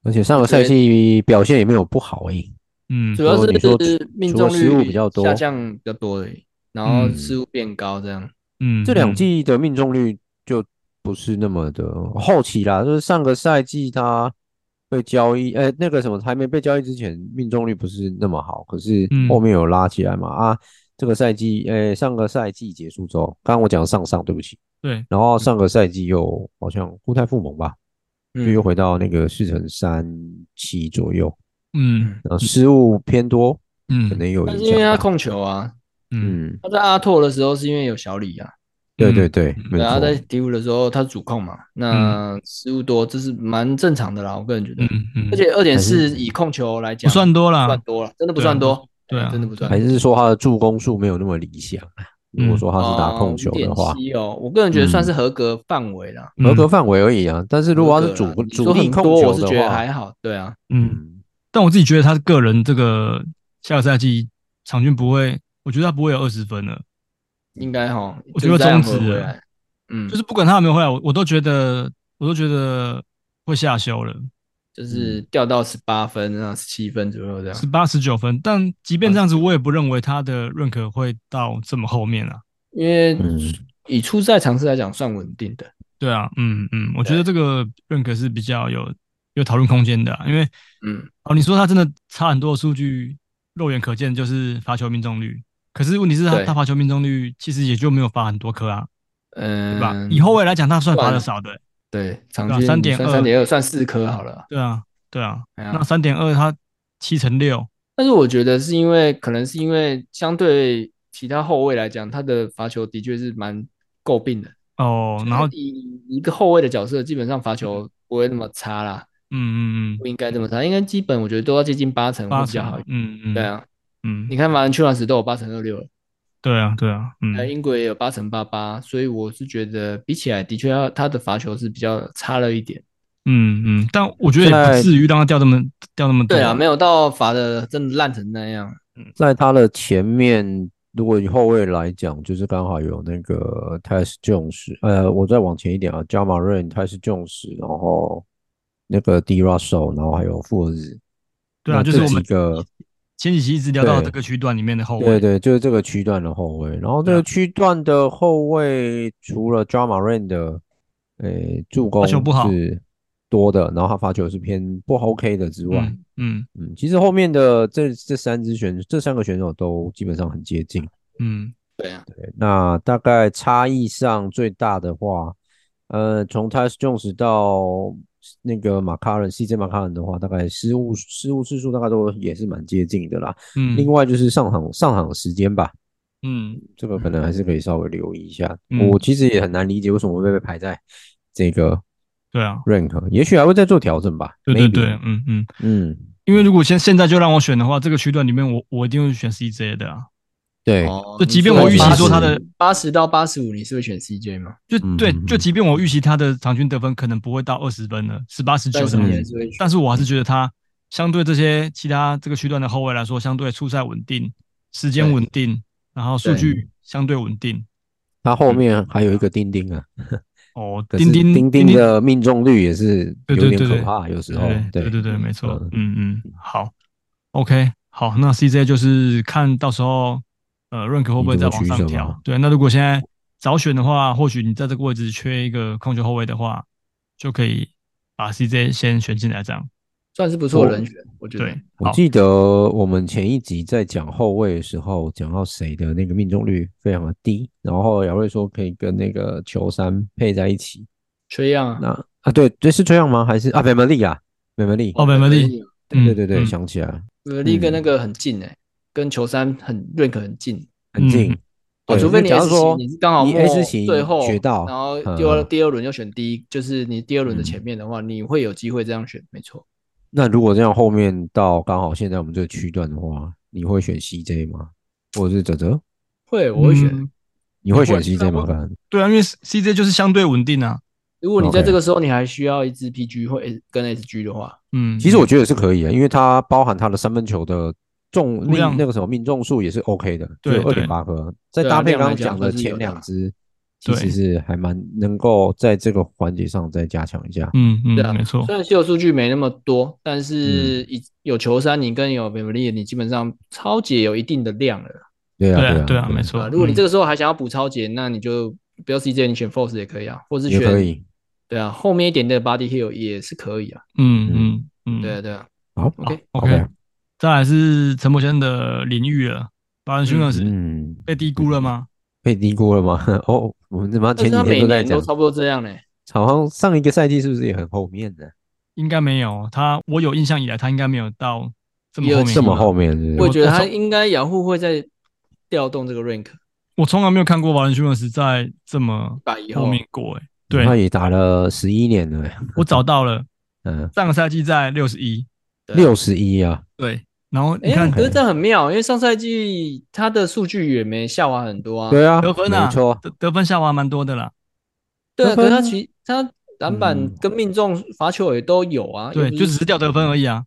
D: 而且上个赛季表现也没有不好诶，
B: 嗯，
E: 主要
D: 说你说除
E: 是命
D: 除了
E: 中
D: 失误
E: 率
D: 比较多
E: 下降比较多而已，然后
B: 嗯
E: 失误变高这样。
B: 嗯，
D: 这两
B: 嗯
D: 季的命中率就不是那么的后期啦，就是上个赛季他被交易，呃，那个什么还没被交易之前，命中率不是那么好，可是
B: 嗯
D: 后面有拉起来嘛、啊。这个赛季，呃，上个赛季结束之后，刚刚我讲上上，对不起，
B: 对，
D: 然后上个赛季又好像固态复萌吧，就又
E: 嗯，
D: 回到那个四乘三七左右，
B: 嗯
D: 然后失误偏多，可
B: 嗯
D: 能有
E: 但是
D: 影
E: 因为他
D: 响吧。
E: 控球啊，
B: 嗯，
D: 嗯，
E: 他在阿拓的时候是因为有小李啊，
D: 对对对，
B: 嗯
D: 没
E: 对啊，他在
D: 错，
E: 第五的时候他主控嘛，那失误多这是蛮正常的啦，我个人觉得，
B: 嗯嗯，
E: 而且二点四以控球来
B: 不
E: 讲
B: 算多
E: 不
B: 啦
E: 算，多了，真的不
B: 对啊
E: 算多，哎
B: 对嗯啊
E: 真的不算
D: 还。是说他的助攻数没有那么理想。如果说他是
E: 哦
D: 打控球的话，
E: 5.7哦，我个人觉得算
D: 嗯
E: 是合格范围啦。
B: 嗯
D: 合格范围而已啊。但是如果他是
E: 合
D: 主
E: 格啦你
D: 主
E: 说
D: 力
E: 很
D: 控
E: 多
D: 球
E: 我是
D: 的
E: 觉得
D: 话，
E: 还好，对啊，
B: 嗯。
D: 嗯，
B: 但我自己觉得他个人这个下个赛季场均不会，我觉得他不会有二十分了。
E: 应该哈，
B: 我觉得
E: 这样
B: 终止
E: 合回
B: 了
E: 来，嗯，
B: 就是不管他有没有回来，我我都觉得我都觉得会下修了，
E: 就是掉到十八分啊，十七分左右这样
B: 十，八十九分。但即便这样子，我也不认为他的认可会到这么后面啊。
E: 因为
D: 嗯
E: 以初赛尝试来讲算稳定的，
B: 对啊，嗯嗯，我觉得这个认可是比较有有讨论空间的啊、因为
E: 嗯，
B: 哦，你说他真的差很多的数据，肉眼可见就是罚球命中率。可是问题是他
E: 对
B: 他罚球命中率其实也就没有罚很多颗啊，对吧？
E: 嗯，
B: 以后卫来讲，他算罚
E: 算
B: 的
E: 了
B: 少的欸、
E: 对场
B: 对啊
E: 均
B: 3.2
E: 三点二算四颗好了，
B: 对啊，对啊。
E: 哎呀
B: 那三点二他七乘六，
E: 但是我觉得是因为可能是因为相对其他后卫来讲，他的罚球的确是蛮诟病的，
B: 哦，然后
E: 以一个后卫的角色，基本上罚球不会那么差啦，
B: 嗯嗯
E: 不应该这么差，应该基本我觉得都要接近八成
B: 嗯，
E: 会
B: 八
E: 比较好
B: 成
E: 一，点。
B: 嗯嗯，
E: 对，啊，
B: 嗯，
E: 你看马恩丘兰斯都有八成二六了，
B: 对啊对啊，
E: 呃，
B: 嗯
E: 英国也有八成八八，所以我是觉得比起来，的确要他的罚球是比较差了一点。
B: 嗯嗯，但我觉得也不
D: 在
B: 至于让他掉这么掉那么多，
E: 对啊，没有到罚的真的烂成那样。
B: 嗯
D: 在他的前面，如果以后卫来讲，就是刚好有那个 Tyus Jones，呃，我再往前一点啊 j a m a r a n Tyus Jones，然后那个 D Russell，然后还有富尔兹，
B: 对啊，
D: 那
B: 就是
D: 这
B: 我们
D: 几个
B: 前几期一直聊到
D: 对
B: 这个区段里面的后卫，
D: 对对，就是这个区段的后卫。然后这
B: 对啊
D: 个区段的后卫，除了 j a m a r a n 的，呃，助攻
B: 球不好
D: 是多的，然后他罚球是偏不 OK 的之外，
B: 嗯嗯
D: 嗯，其实后面的这这三支选这三个选手都基本上很接近。
B: 嗯
E: 对啊，
D: 对，那大概差异上最大的话，呃，从 t y s Jones 到那个马卡伦 CJ 马卡伦的话，大概失误失误次数大概都也是蛮接近的啦。
B: 嗯，
D: 另外就是上场上场时间吧，
B: 嗯
D: 这个可能还是可以稍微留意一下。
B: 嗯
D: 我其实也很难理解为什么会被排在这个
B: 对啊，
D: rank，也许还会再做调整吧。
B: 对对
D: maybe
B: 对，嗯嗯，
D: 嗯，
B: 因为如果现现在就让我选的话，这个区段里面我我一定会选 CJ 的啊，
D: 对，
E: 哦
B: 就即便我
D: 预期说他
B: 的
E: 八十到八十五，你是会选 CJ 吗？
B: 就
D: 嗯
B: 对
D: 嗯，
B: 就
D: 嗯
B: 即便我预期他的场均得分可能不会到二十分了，十八十九
E: 但
B: 什
E: 是
B: 么
E: 你
B: 的，
E: 还是会选，
B: 但是我还是觉得他相对这些其他这个区段的后卫来说，相对出赛稳定，时间
E: 对
B: 稳定，然后数据相对稳定。
D: 他
B: 嗯
D: 后面还有一个钉钉啊，
B: 哦，
D: 可是
B: 钉钉
D: 钉钉的命中率也是
B: 对
D: 有
B: 对
D: 点
B: 对对
D: 可怕，有时候
B: 对对
D: 对
B: 对对，没错
D: 嗯，
B: 嗯嗯，好，OK，好，那 CJ 就是看到时候呃 rank 会不会再往上
D: 你怎么取舍
B: 调
D: 嘛？
B: 对，那如果现在早选的话，或许你在这个位置缺一个控球后卫的话，就可以把 CJ 先选进来，这样
E: 算是不错的人选，我觉得
B: 对。。
D: 我
B: 好，
D: 记得我们前一集在讲后卫的时候，讲到谁的那个命中率非常的低，然后姚瑞说可以跟那个球衫配在一起。
E: 缺样啊，
D: 那啊，对，这是这样吗？还是啊，美门利啊，美门利。
B: 哦，没问题，嗯
D: 对对对，
B: 嗯
D: 想起来了，
E: 呃，离跟
D: 嗯
E: 那个很近诶、跟球三很 rank 很近。
D: 很
B: 嗯。
D: 近
E: 哦，
D: 对
E: 除非你
D: 就假
E: S
D: 如
E: 型
D: 说
E: 你是刚好
D: 你
E: 末
D: S 型
E: 最后
D: 学到
E: 然后
D: 嗯
E: 第二
D: 嗯
E: 第二轮就选第一，就是你第二轮的
D: 嗯
E: 前面的话，你会有机会这样选，没错。
D: 那如果这样后面到刚好现在我们这个区段的话，你会选 CJ 吗？或者是哲哲？
E: 会，我会选。
B: 嗯
D: 你会
B: 我
D: 选
B: 会
D: CJ 吗？
B: 我
D: 刚刚
B: 对啊，因为 CJ 就是相对稳定啊，
E: 如果你在
D: OK
E: 这个时候你还需要一支 PG 或 S 跟 SG 的话，
B: 嗯，
D: 其实我觉得是可以的，因为它包含它的三分球的中
B: 数量
D: 命那个什么命中数也是 OK 的，
B: 对
D: 就二
B: 对
D: 点八颗，再
E: 对啊
D: 搭配
E: 量
D: 刚
E: 来
D: 刚
E: 讲
D: 讲的
E: 算是有
D: 前
E: 的
D: 两
E: 啦
D: 支，其
B: 对
D: 实是还蛮能够在这个环节上再加强一下。
B: 嗯
E: 对啊
B: 嗯，没
D: 哦
B: 错，
E: 虽然稀有数据没那么多，但
D: 嗯
E: 是以有球三你跟有 b e v e l y 你基本上超解有一定的量了，
D: 对啊，
B: 对
D: 啊，
B: 对
D: 对
B: 啊，没
E: 对吧
B: 错。
E: 如果你
B: 嗯
E: 这个时候还想要补超解，那你就不要 CJ，你选 Force 也可以啊，或是
D: 也可
E: 选
D: 以。
E: 对啊，后面一点点的 Body Hill 也是可以啊，
B: 嗯
D: 嗯
B: 嗯嗯，
E: 对啊对啊
D: 好
E: ，OK，
B: OK，再来是陈柏先生的领域了，巴恩·勋尔斯
D: 嗯，
B: 被低估了吗？
D: 被低估了吗？ 哦，我们他妈
E: 但
D: 前
E: 是
D: 几
E: 他
D: 天
E: 啊每
D: 都在
E: 年
D: 讲
E: 都，差不多这样呢、
D: 好像上一个赛季是不是也很后面的？
B: 应该没有他，我有印象以来他应该没有到这么
E: 也有
B: 后面，
D: 这么后面是不
E: 我
D: 是？
E: 也觉得
B: 我
E: 他
B: 从
E: 应该雅虎会在调动这个 rank
B: 我从来没有看过 Valanciunas 在这么
E: 吧以
B: 后
E: 后，
B: 面过、欸，对
D: 他也打了十一年了欸，
B: 我找到了，
D: 嗯，
B: 上个赛季在六十一，
E: 对
D: 六十一啊，
B: 对，然后
E: 哎、
B: 你看
E: 可是这样很妙，因为上赛季他的数据也没下滑很多啊。
D: 对啊，
B: 得分啊，
D: 没错，
B: 得得分下滑蛮多的啦，
E: 对
D: 得
E: 啊，可
D: 分
E: 是
D: 啊
E: 他其他篮板
D: 嗯
E: 跟命中、罚球也都有啊，
B: 对，
E: 又
B: 就
E: 不
B: 只是掉得分而已啊。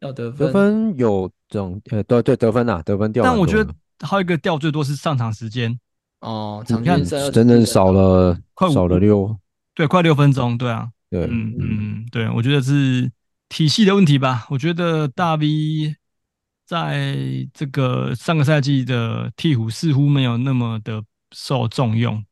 E: 要得
D: 得
E: 分。
D: 分有这种呃，对对，得分啊，得分掉蛮
B: 但
D: 多
B: 我觉
D: 的，
B: 得还有一个掉最多是上场时间，
E: 哦，
D: 嗯
E: 场均赛
D: 真正少了
B: 快五
D: 少了六，
B: 对，快六分钟，对啊，
D: 对，
B: 嗯嗯，对，我觉得是体系的问题吧。我觉得大 V 在这个上个赛季的鹈鹕似乎没有那么的受重用，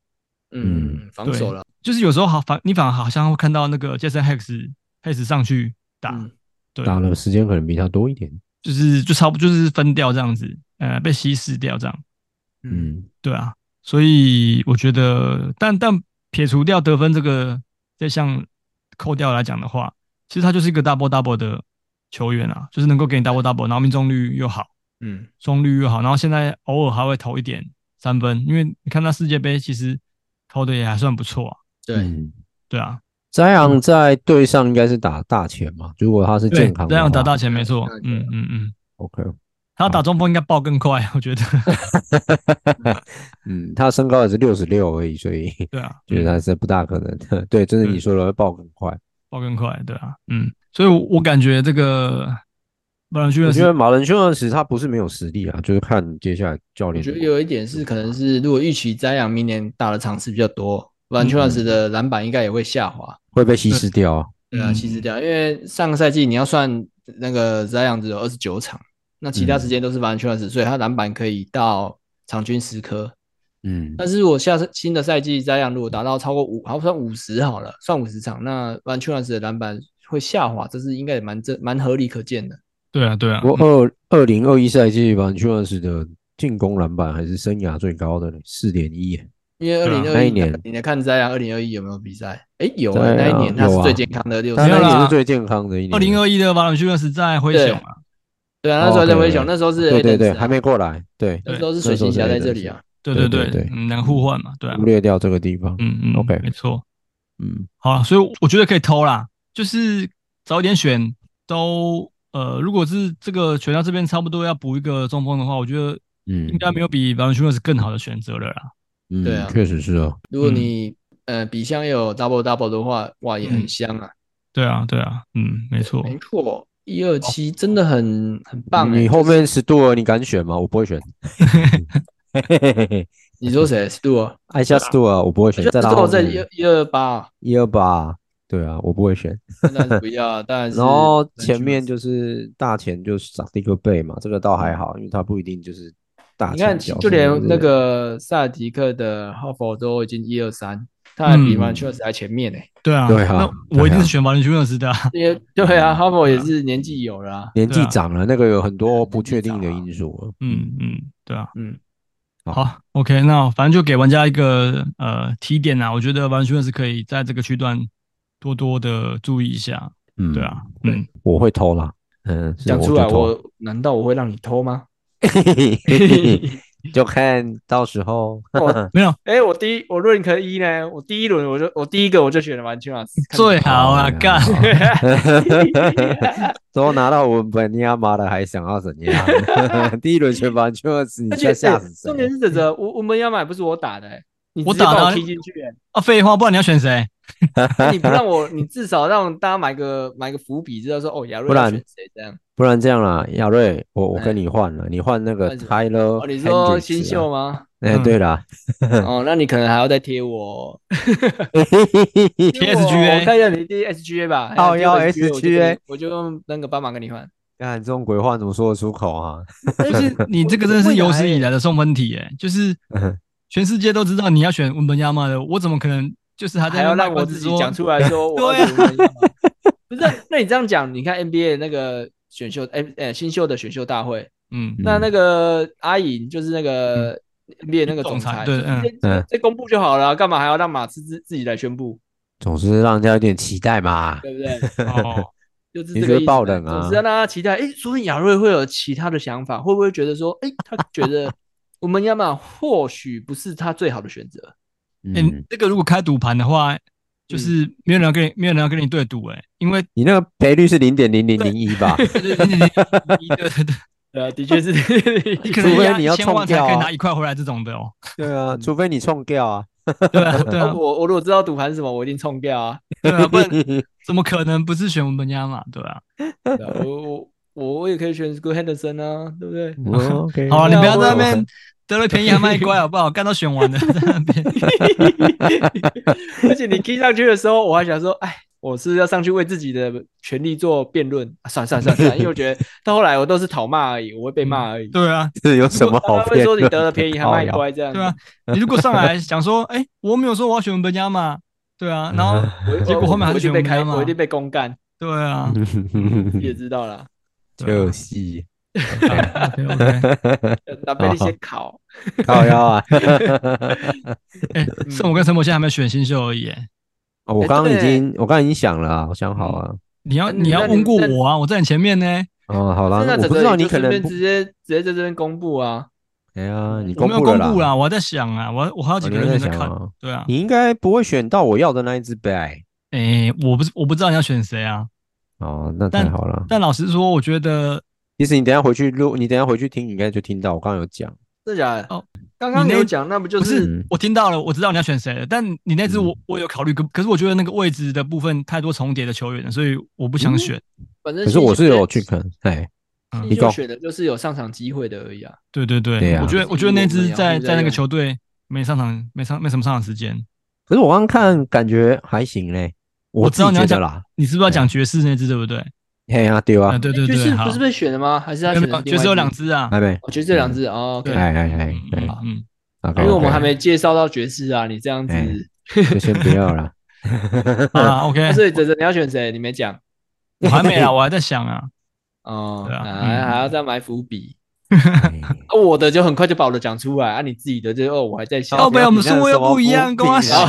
E: 嗯，防守了，
B: 就是有时候好反你反而好像会看到那个 Jason Hex Hex 上去打，
E: 嗯
B: 对，
D: 打了时间可能比他多一点，
B: 就是就差不多就是分掉这样子，呃，被稀释掉这样，
E: 嗯，
D: 嗯，
B: 对啊。所以我觉得，但但撇除掉得分这个这项扣掉来讲的话，其实他就是一个 double double 的球员啊，就是能够给你 double double，然后命中率又好。
E: 嗯，
B: 中率越好，然后现在偶尔还会投一点三分，因为你看他世界杯其实投的也还算不错啊，
E: 对，
D: 嗯。
B: 对啊，
D: 詹昂在队上应该是打大前嘛，如果他是
B: 对
D: 健康，的
B: 这样打
D: 话
B: 大前没错
E: 对，啊对
B: 嗯嗯嗯，
D: ，OK，
B: 他打中锋应该爆更快，我 觉得，
D: 嗯，他身高也是六十六而已，所以
B: 对啊，
D: 觉得他是不大可能的。 对，真的
B: 对
D: 你说的会爆更快。
B: 爆更快，对啊，嗯，所以我我感觉这个本来
D: 我
B: 就
D: 觉
B: 啊是
D: 得马伦休恩斯他不是没有实力啊，就是看接下来教
E: 我
D: 练
E: 觉
D: 怎
E: 得
D: 么。
E: 有一点是可能是如果预期摘阳明年打的场次比较多，完
D: 嗯
E: 全老师的篮板应该也会下滑。
D: 会被稀释掉啊。
E: 对啊，
B: 嗯
E: 其实这样，因为上个赛季你要算那个摘阳只有二十九场，那其他
D: 嗯
E: 时间都是完全老师，所以他篮板可以到场均十颗。
D: 嗯，
E: 但是我下次新的赛季摘阳如果达到超过五，好算五十好了，算五十场，那完全老师的篮板会下滑，这是应该也蛮正蛮合理可见的。
B: 对啊对啊，
D: 不过二二零二一赛季马伦休恩斯的进攻篮板还是生涯最高的四点一。
E: 因为二
B: 对啊
E: 零
D: 那
E: 二
D: 一
E: 一
D: 年
E: 你来看摘阳二零二一有没有比赛？哎，有
D: 对啊
E: 啊，那一年他
D: 有
E: 是
D: 啊
E: 最健康的六
D: 他
E: 十
B: 没
D: 那
B: 有
D: 一
B: 啦
D: 年是最健康的一年。
B: 二零二一的瓦朗西诺斯在灰熊啊，
E: 对啊，那时候还在
D: 哦对
E: 灰熊，那时候是
D: 对对
E: Adams
D: 对，
E: 啊
D: 还没过来，对，
E: 那时候是水行侠在这里啊。
B: 对
D: 对
B: 对
D: 对对
B: 嗯，两个互换嘛，对啊
D: 忽，略掉这个地方。
B: 嗯嗯
D: OK
B: 没错，
D: 嗯，
B: 好啦，所以我觉得可以偷啦，就是早一点选都呃，如果是这个选到这边差不多要补一个中锋的话，我觉得
D: 嗯
B: 应该没有比 v a l e n t i n o 更好的选择了啦。
D: 嗯
E: 对啊
D: 确实是哦。
E: 如果你呃比箱又有 double double 的话，哇，也
D: 嗯
E: 很香啊。
B: 对啊，对啊，嗯，没错，
E: 没错，一二七真的很很棒欸。
D: 哦你后面史杜尔你敢选吗？我不会选。 嘿嘿嘿嘿
E: 你说谁？Stu，
D: 艾夏史杜尔我不会选，
E: 就
D: 在
E: 是
D: 他后
E: 我在一
D: 面
E: 二一二八，哦
D: 一二八，对啊，我不会选。
E: 当然是不要啊，当然 是。
D: 然后前面就是大前就是长一个背嘛，这个倒还好，因为他不一定就是大
E: 你
D: 前
E: 看，
D: 角。
E: 就连那个萨尔迪克的哈佛都已经一二三，他还
D: 嗯
E: 比 v a n c h e s 还前面呢。
B: 对啊，
D: 对啊
B: 那我一定是选 v a l e n t i n o 的、啊。
E: 因为对啊，哈佛也
D: 嗯
E: 是年纪有了啊。
D: 年纪
B: 对啊
D: 长了，那个有很多不
E: 年纪
D: 确定
E: 长
D: 的
E: 了
D: 因素。啊
B: 嗯嗯，对啊，
E: 嗯，
D: 好
B: 好，OK，那反正就给玩家一个呃提点啊，我觉得 v a l e n t i n o 可以在这个区段多多的注意一下。
D: 嗯，
B: 对啊，，嗯，
D: 我会偷啦。嗯，是
E: 讲
D: 我
E: 出
D: 就
E: 来，
D: 偷
E: 我难道我会让你偷吗？
D: 就看到时候。
E: 我
B: 没有
E: 哎，我第一我论可一呢，我第一轮我就我第一个我就选了 v a n c h e s
B: 最好啊，
D: 哎呀
B: 干，
D: 都拿到文本，你他妈的还想要怎样？ 第一轮全完就要死， 你在
E: 而且哎
D: 吓死
E: 重点
D: 谁？
E: 是泽泽，我我们要买不是我打的、欸，你
B: 我
E: 直接
B: 打的
E: 把
B: 啊
E: 我踢进去、欸，
B: 啊，废话，不然你要选 谁？
E: 那你不让我，你至少让大家买个买个伏笔，知道说哦，亚
D: 不
E: 瑞
D: 然
E: 要选谁这样。
D: 不然这样啦，亚瑞，我我
E: 哎
D: 跟你换了，你换那个
E: 换什么
D: Tyler
E: 哦，你说
D: Hendricks
E: 新
D: 啊
E: 秀？ 嗯吗？
D: 哎，对啦，
E: 哦，那你可能还要再 贴我贴我
B: SGA
E: 我看一下你第 SGA 吧，
B: 哦
E: 哎
D: 靠
E: 要
D: 腰 SGA
E: 我就用那个斑马跟你换。
D: 看这种鬼话怎么说得出口啊？
B: 就是你这个真的是有史以来的送分题哎、就是
D: 嗯
B: 全世界都知道你要选文本亚马的，我怎么可能就是还在
E: 还要
B: 那
E: 让
B: 边卖
E: 我
B: 关子
E: 自己
B: 说
E: 讲出来 说我
B: 对啊
E: 要选文吗不是，啊那你这样讲，你看 NBA 那个选秀，哎、哎，新秀的选秀大会，
B: 嗯
E: 那那个阿颖就是那个 NBA 那个总
B: 裁
E: 裁，
B: 对嗯
E: 直接
D: 嗯
E: 直接公布就好了，干嘛还要让马刺自自己来宣布，
D: 总是让人家有点期待嘛。
E: 对不对？
B: 哦，
E: 就是
D: 你只
E: 这个
D: 会
E: 意思
D: 爆
E: 嘛
D: 冷啊
E: 总是要让他期待。哎，所以亚瑞会有其他的想法，会不会觉得说，哎，他觉 得我们亚马或许不是他最好的选择？
B: 哎、
D: 嗯，
B: 这个如果开赌盘的话，
E: 嗯
B: 就是没有人要跟你，没有人要跟你对赌哎、因 为
D: 你那个赔率是零点零零零一吧？
B: 对对对对对，
E: 对啊，的确 是
B: 你可能
D: 除非
B: 压
D: 你
B: 一
D: 要
B: 千万
D: 冲
B: 才
D: 掉啊
B: 可以拿一块回来这种的哦，
D: 对啊，除非你冲掉啊。
B: 对啊对 啊
E: 我我如果知道赌盘是什么，我一定冲掉啊！
B: 对啊，不然怎么可能不是选文本家嘛？对啊，
E: 对啊我我我我也可以选 School Henderson 啊，对不对？
D: 哦 OK，
B: 好啊，你
E: 对啊
B: 不要在那
E: 我
B: 边得了便宜还卖乖好不 好？干到选完了在那边，
E: 而且你 key 上去的时候，我还想说，哎，我是要上去为自己的权利做辩论。啊、算了算了算了算了，因为我觉得到后来我都是讨骂而已，我会被骂而已。
B: 对啊，
D: 这有什么嗯好
E: 他会
D: 骗
E: 说
D: 论？
E: 你得了便宜还卖乖这样。
B: 对啊，你如果上来想说，哎、我没有说我要选文本家嘛，对 啊，然后
E: 我，我
B: 结果后面还
E: 我
B: 是选我
E: 一定被
B: 们
E: 开，
B: 家嘛
E: 我一定被公干，
B: 对啊，
D: 嗯
E: 你也知道啦，
B: 对
D: 就
B: 啊
D: 是
B: OK OK，
D: 嗯
E: 那被一些考。
D: 靠腰啊！
B: 哎，是我跟陈柏现在还没有选新秀而已耶，
D: 哦我
E: 哎
D: 刚刚已
E: 对
D: 经，我刚刚已经想了啊，我想好了。
B: 你要
E: 嗯
B: 你要
E: 那你
B: 问过
E: 那
B: 我啊，我在你前面呢，
D: 哦，好啦，
E: 那
D: 我
E: 整
D: 不
E: 个
D: 知道
E: 也
D: 你
E: 就
D: 可
E: 顺
D: 能
E: 便
D: 不
E: 直接直接在这边公布啊。
D: 哎呀，你
B: 我
D: 公
B: 没有
D: 布
B: 公
D: 了
B: 布
D: 啦，
B: 啦，我还在想啊，我我还有
D: 哦
B: 几
D: 你
B: 个
D: 还
B: 人
D: 在
B: 选在
D: 想
B: 看，
D: 啊？
B: 对啊，
D: 你应该不会选到我要的那一只呗？
B: 哎，我不是我不知道你要选谁啊，
D: 哦，那
B: 但
D: 太好了。
B: 但老实说，我觉得
D: 其实你等一下回去录，你等一下回去听，你应该就听到我刚刚有讲。
E: 真的假的？
B: 哦，
E: 刚刚
B: 你那
E: 有讲，那不就
B: 不
E: 是
B: 是
D: 嗯
B: 我听到了，我知道你要选谁了，但你那只我
D: 嗯
B: 我有考虑，可可是我觉得那个位置的部分太多重叠的球员了，所以我不想
D: 嗯
B: 选，
E: 反正
D: 可是我是有去看，哎，
B: 嗯
E: 你
D: 你告
E: 选的就是有上场机会的而已啊。
B: 对对
D: 对
B: 对，
D: 啊
B: 我觉得我觉得
E: 所以
B: 那
E: 我
B: 只
E: 们要
B: 在
E: 再
B: 在那个
E: 用
B: 球队没上场没上没什么上场时间，
D: 可是我刚刚看感觉还行嘞，
B: 我
D: 我
B: 知道
D: 自
B: 你
D: 己
B: 要
D: 觉
B: 讲
D: 得啦。
B: 你是不是要讲爵士那只对不对？
D: 嘿啊，对
B: 啊
D: 啊，
B: 对对
E: 爵
B: 对，
E: 士
B: 好
E: 不是，被选的吗？还是他
B: 没有
E: 选
B: 没
E: 的
B: 有爵士有两，只啊，
D: 还没，
E: 哦，爵士有两只哦，OK，
B: 对
D: 哎哎哎
B: 嗯
D: 哎
B: 嗯嗯，
D: ，OK，
E: 因为我们还没介绍到爵士啊，你这样子，
D: 哎就先不要 了。
B: 好啦
E: 那
B: 啊 OK，
E: 哦所以哲哲你要选谁？你没讲
B: 我还没啊，我还在想啊，
E: 哦，
B: 对啊
E: 还
B: 嗯
E: 还要再埋伏笔。
D: 哎
E: 啊我的就很快就把我的讲出来，啊，你自己的就哦，我还在想。哦
B: 靠背，我们
D: 你看
B: 顺位又
D: 什么
B: 不一样，
D: 伏
B: 跟我
D: 笔啊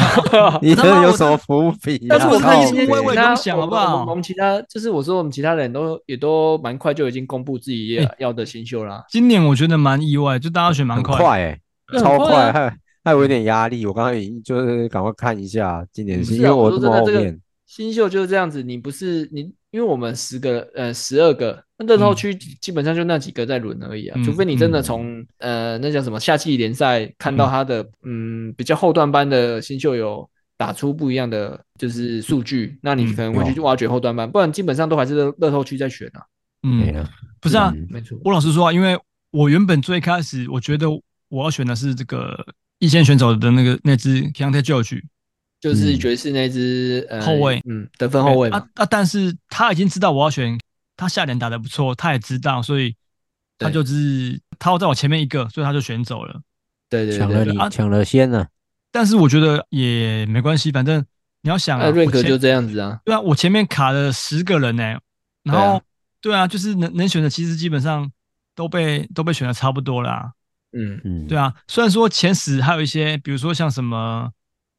B: 想。
D: 你
B: 他
D: 这
B: 妈
D: 有
B: 我
D: 什么伏笔啊？
E: 但是我
B: 看
E: 看
B: 一
E: 一
B: 些
E: 些
B: 新闻我也不用
E: 其他
B: 想
E: 我
B: 好不好
E: 我们我们其他就是我说我们其他人都也都蛮快就已经公布自己
B: 哎
E: 也要的新秀啦。
B: 今年我觉得蛮意外，就大家选蛮
D: 很
B: 快，
D: 快哎，
E: 对
D: 超
E: 很快啊
D: 快，害害我有点压力。我刚刚已经就是赶快看一下今年
E: 不
D: 是，
E: 是
D: 因
E: 啊
D: 为
E: 我
D: 我
E: 说
D: 这么
E: 真的
D: 后
E: 这个
D: 面，
E: 新秀就是这样子，你不是你，因为我们十个呃十二个，那热套区基本上就那几个在轮而已啊，
B: 嗯
E: 除非你真的从、呃那叫什么夏季联赛看到他的嗯比较后段班的新秀有打出不一样的就是数据，那
B: 嗯
E: 你可能会去挖掘后段班，不然基本上都还是热热透区在选啊。
D: 对
B: 嗯，
D: 啊
B: 不是啊，
D: 嗯
E: 没错，
B: 我老实说啊，因为我原本最开始我觉得我要选的是这个一线选手的那个那支 k a n t e George
E: 就是爵士那支、呃
B: 嗯后卫
E: 嗯得分后卫嘛
B: 啊，啊，但是他已经知道我要选，他下联打得不错，他也知道，所以他
E: 对
B: 就是他要在我前面一个，所以他就选走了。
E: 对对
D: 抢了
E: 对对，
D: 你
B: 啊
D: 抢了先呢，
B: 但是我觉得也没关系，反正你要想啊，
E: 那瑞
B: 我
E: 克
B: 前
E: 就这样子啊，
B: 对啊，我前面卡了十个人呢、然后对啊，就是能能选的，其实基本上都被都被选的差不多啦。
E: 嗯
D: 嗯，
B: 对啊，虽然说前十还有一些，比如说像什么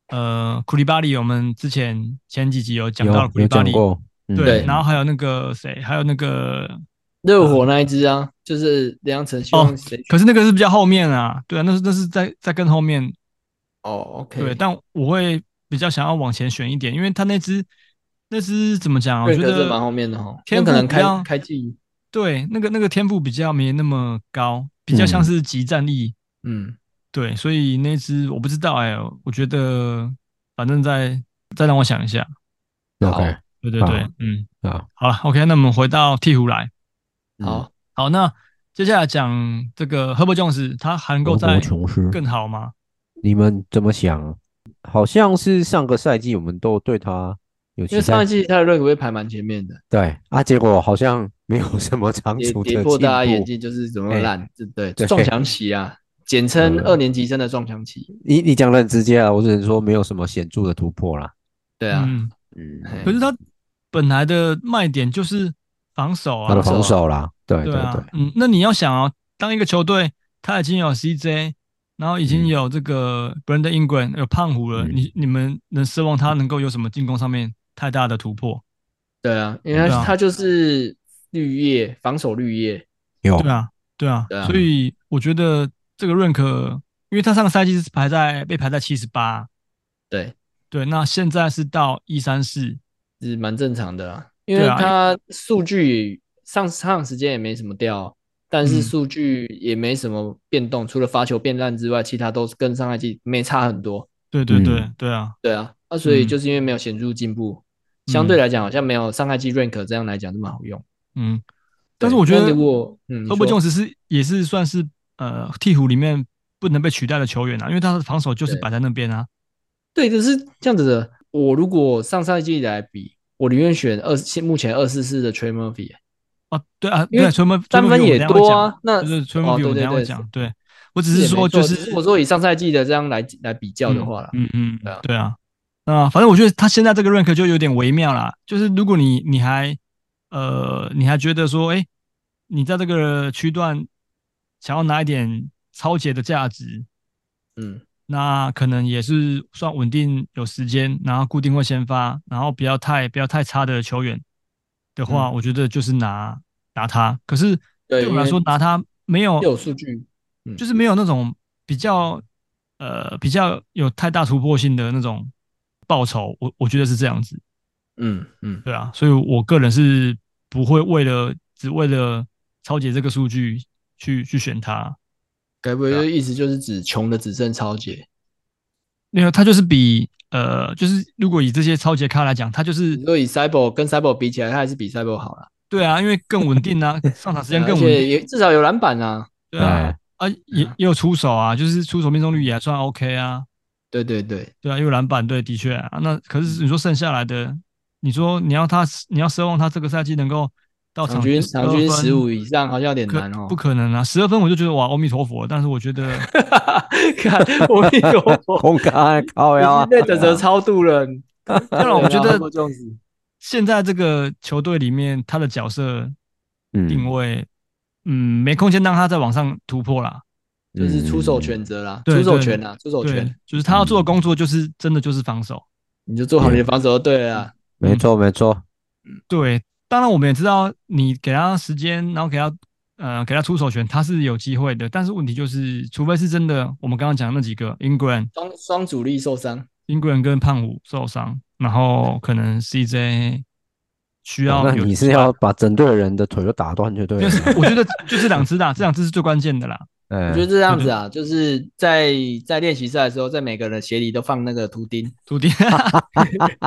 B: 呃库里巴利，我们之前前几集有讲到了库
D: 有
B: 里
D: 有
B: 巴
D: 讲
B: 利，
D: 过，嗯
B: 对，
E: 对
B: 然后还有那个谁，还有那个，嗯
E: 热火那一支啊，就是梁阳
B: 哦
E: 成希望谁
B: 可是那个是比较后面啊，对啊，那是那是在在更后面，
E: 哦，OK，
B: 对，但我会比较想要往前选一点，因为他那只那只怎么讲啊，我
E: 瑞
B: 觉
E: 格
B: 得
E: 是蛮后面的哈，
B: 天
E: 那可
B: 赋
E: 能
B: 比
E: 开
B: 较
E: 开季，
B: 对，那个那个天赋比较没那么高，比较像
D: 嗯
B: 是集战力。
E: 嗯，
B: 对，所以那只我不知道哎、我觉得反正再再让我想一下。
D: ，OK
B: 对对对
D: 好，
B: 嗯，
D: 啊，
B: 好了，OK，那我们回到鹈鹕来。
D: 嗯
E: 好，
B: 好，那接下来讲这个 Herbert Jones，他还能够
D: 我
B: 再
D: 国琼斯
B: 更好吗？
D: 你们怎么想？好像是上个赛季我们都对他有
E: 因
D: 期
E: 为上
D: 待
E: 一，季他的瑞格被排蛮前面的，
D: 对啊，结果好像没有什么长
E: 也
D: 足的
E: 跌破大家眼
D: 进步。
E: 镜，就是怎么
D: 哎
E: 烂，对对，
D: 对
E: 撞墙期啊，简称
D: 嗯
E: 二年级生的撞墙期，
D: 你你讲的很直接啊，我只能说没有什么显著的突破啦。
E: 对啊，
B: 嗯，
D: 嗯，
E: 哎
B: 可是他本来的卖点就是防守啊
D: 他的，防守啦，对
B: 对啊
D: 对，
B: 嗯，那你要想哦，当一个球队他已经有 CJ，然后已经有这个 Brandon Ingram 有胖虎了，
D: 嗯
B: 你你们能奢望他能够有什么进攻上面太大的突破？
E: 对啊，因为
B: 对啊
E: 他他就是绿叶防守绿叶，
D: 有
B: 对啊，对啊
E: 对，啊
B: 所以我觉得这个认可，因为他上个赛季是排在被排在七十八，
E: 对，
B: 对，那现在是到一三四，
E: 是蛮正常的啦。因为
B: 对啊
E: 他数据上上时间也没什么掉，但
B: 嗯
E: 是数据也没什么变动，除了罚球变烂之外，其他都是跟上赛季没差很多。
B: 对对对、
D: 嗯
B: 对啊，
E: 对啊，那、所以
B: 嗯
E: 就是因为没有显著进步，
B: 嗯
E: 相对来讲好像没有上赛季 rank 这样来讲这么好用。
B: 嗯，但是
E: 对
B: 我觉得
E: 如果嗯，你
B: Herbert
E: 说
B: Jones 是也是算是呃鹈鹕里面不能被取代的球员啊，因为他的防守就是
E: 对
B: 摆在那边啊，
E: 对，可是这样子的。我如果上赛季来比，我宁愿选二现目前二四四的 Trey Murphy，
B: 啊，对啊，
E: 因为
B: 对，纯门
E: 三分也多啊。那
B: 就是纯
E: 哦
B: 门比我
E: 对
B: 等一
E: 对
B: 下会
E: 对，
B: 讲，对我只是说
E: 也没
B: 就
E: 错
B: 是
E: 只我说以上赛季的这样来来比较的
B: 嗯
E: 话啦，
B: 嗯嗯
E: 对啊，
B: 对啊，啊，反正我觉得他现在这个 rank 就有点微妙啦。就是如果你你还呃你还觉得说，哎、你在这个区段想要拿一点超节的价值，
E: 嗯，
B: 那可能也是算稳定有时间，然后固定会先发，然后不要太不要太差的球员的话，我觉得就是拿拿他。可是
E: 嗯对
B: 对我来
E: 因为
B: 说，拿他没有
E: 又有数据，
B: 就是没有那种比较呃比较有太大突破性的那种报酬，我我觉得是这样子，
E: 嗯嗯，
B: 对啊，所以我个人是不会为了只为了超解这个数据去去选他，
E: 该不会
B: 啊
E: 就意思就是指穷的只剩超姐？
B: 因为他就是比呃就是如果以这些超解咖来讲，他就是
E: 你说以 Cyber 跟 Cyber 比起来，他还是比 Cyber 好啦，
B: 对啊，因为更稳定 啊，上场时间
E: 而
B: 更稳
E: 且
B: 定，
E: 也至少有篮板啊，
B: 对啊
D: 哎，
B: 啊也也有出手啊，就是出手命中率也还算 OK 啊，
E: 对对对，
B: 对啊，因为篮板，对，的确啊。那可是
E: 嗯
B: 你说剩下来的，你说你要他，你要奢望他这个赛季能够到
E: 场
B: 均
E: 均
B: 场
E: 场均十五以上好像有点
B: 可
E: 难哦
B: 不。可能啊！十二分我就觉得哇，阿弥陀佛。但是我觉 得
E: 看我跟你 说，
D: 空干靠腰啊
E: 你，是被等着超度了。
B: 当然我觉得
E: 对啊这样子
B: 现在这个球队里面他的角色定
D: 嗯，
B: 位，嗯没空间让他再往上突破啦。
D: 嗯
E: 就是出手选择啦，
B: 对
E: 出手
B: 对
E: 权啊啦，出手
B: 对
E: 权，，
B: 就是他要做的工作就是真的就是防守。
E: 你就做好你的防守就对了啦。
D: 嗯，没错没错，
B: 对，当然我们也知道，你给他时间，然后给他呃给他出手权，他是有机会的。但是问题就是，除非是真的，我们刚刚讲的那几个 Ingram、
E: 双双主力受伤，
B: Ingram 跟胖虎受伤，然后可能 CJ 需要
D: 哦那
B: 有
D: 你是要把整队人的腿都打断就对
B: 就
D: 了
B: 是，我觉得就这两只啦，这两只是最关键的啦。
E: 我
D: 嗯
E: 觉得这样子啊，就是在在练习赛的时候，在每个人的鞋里都放那个图钉，
B: 徒弟，
D: 啊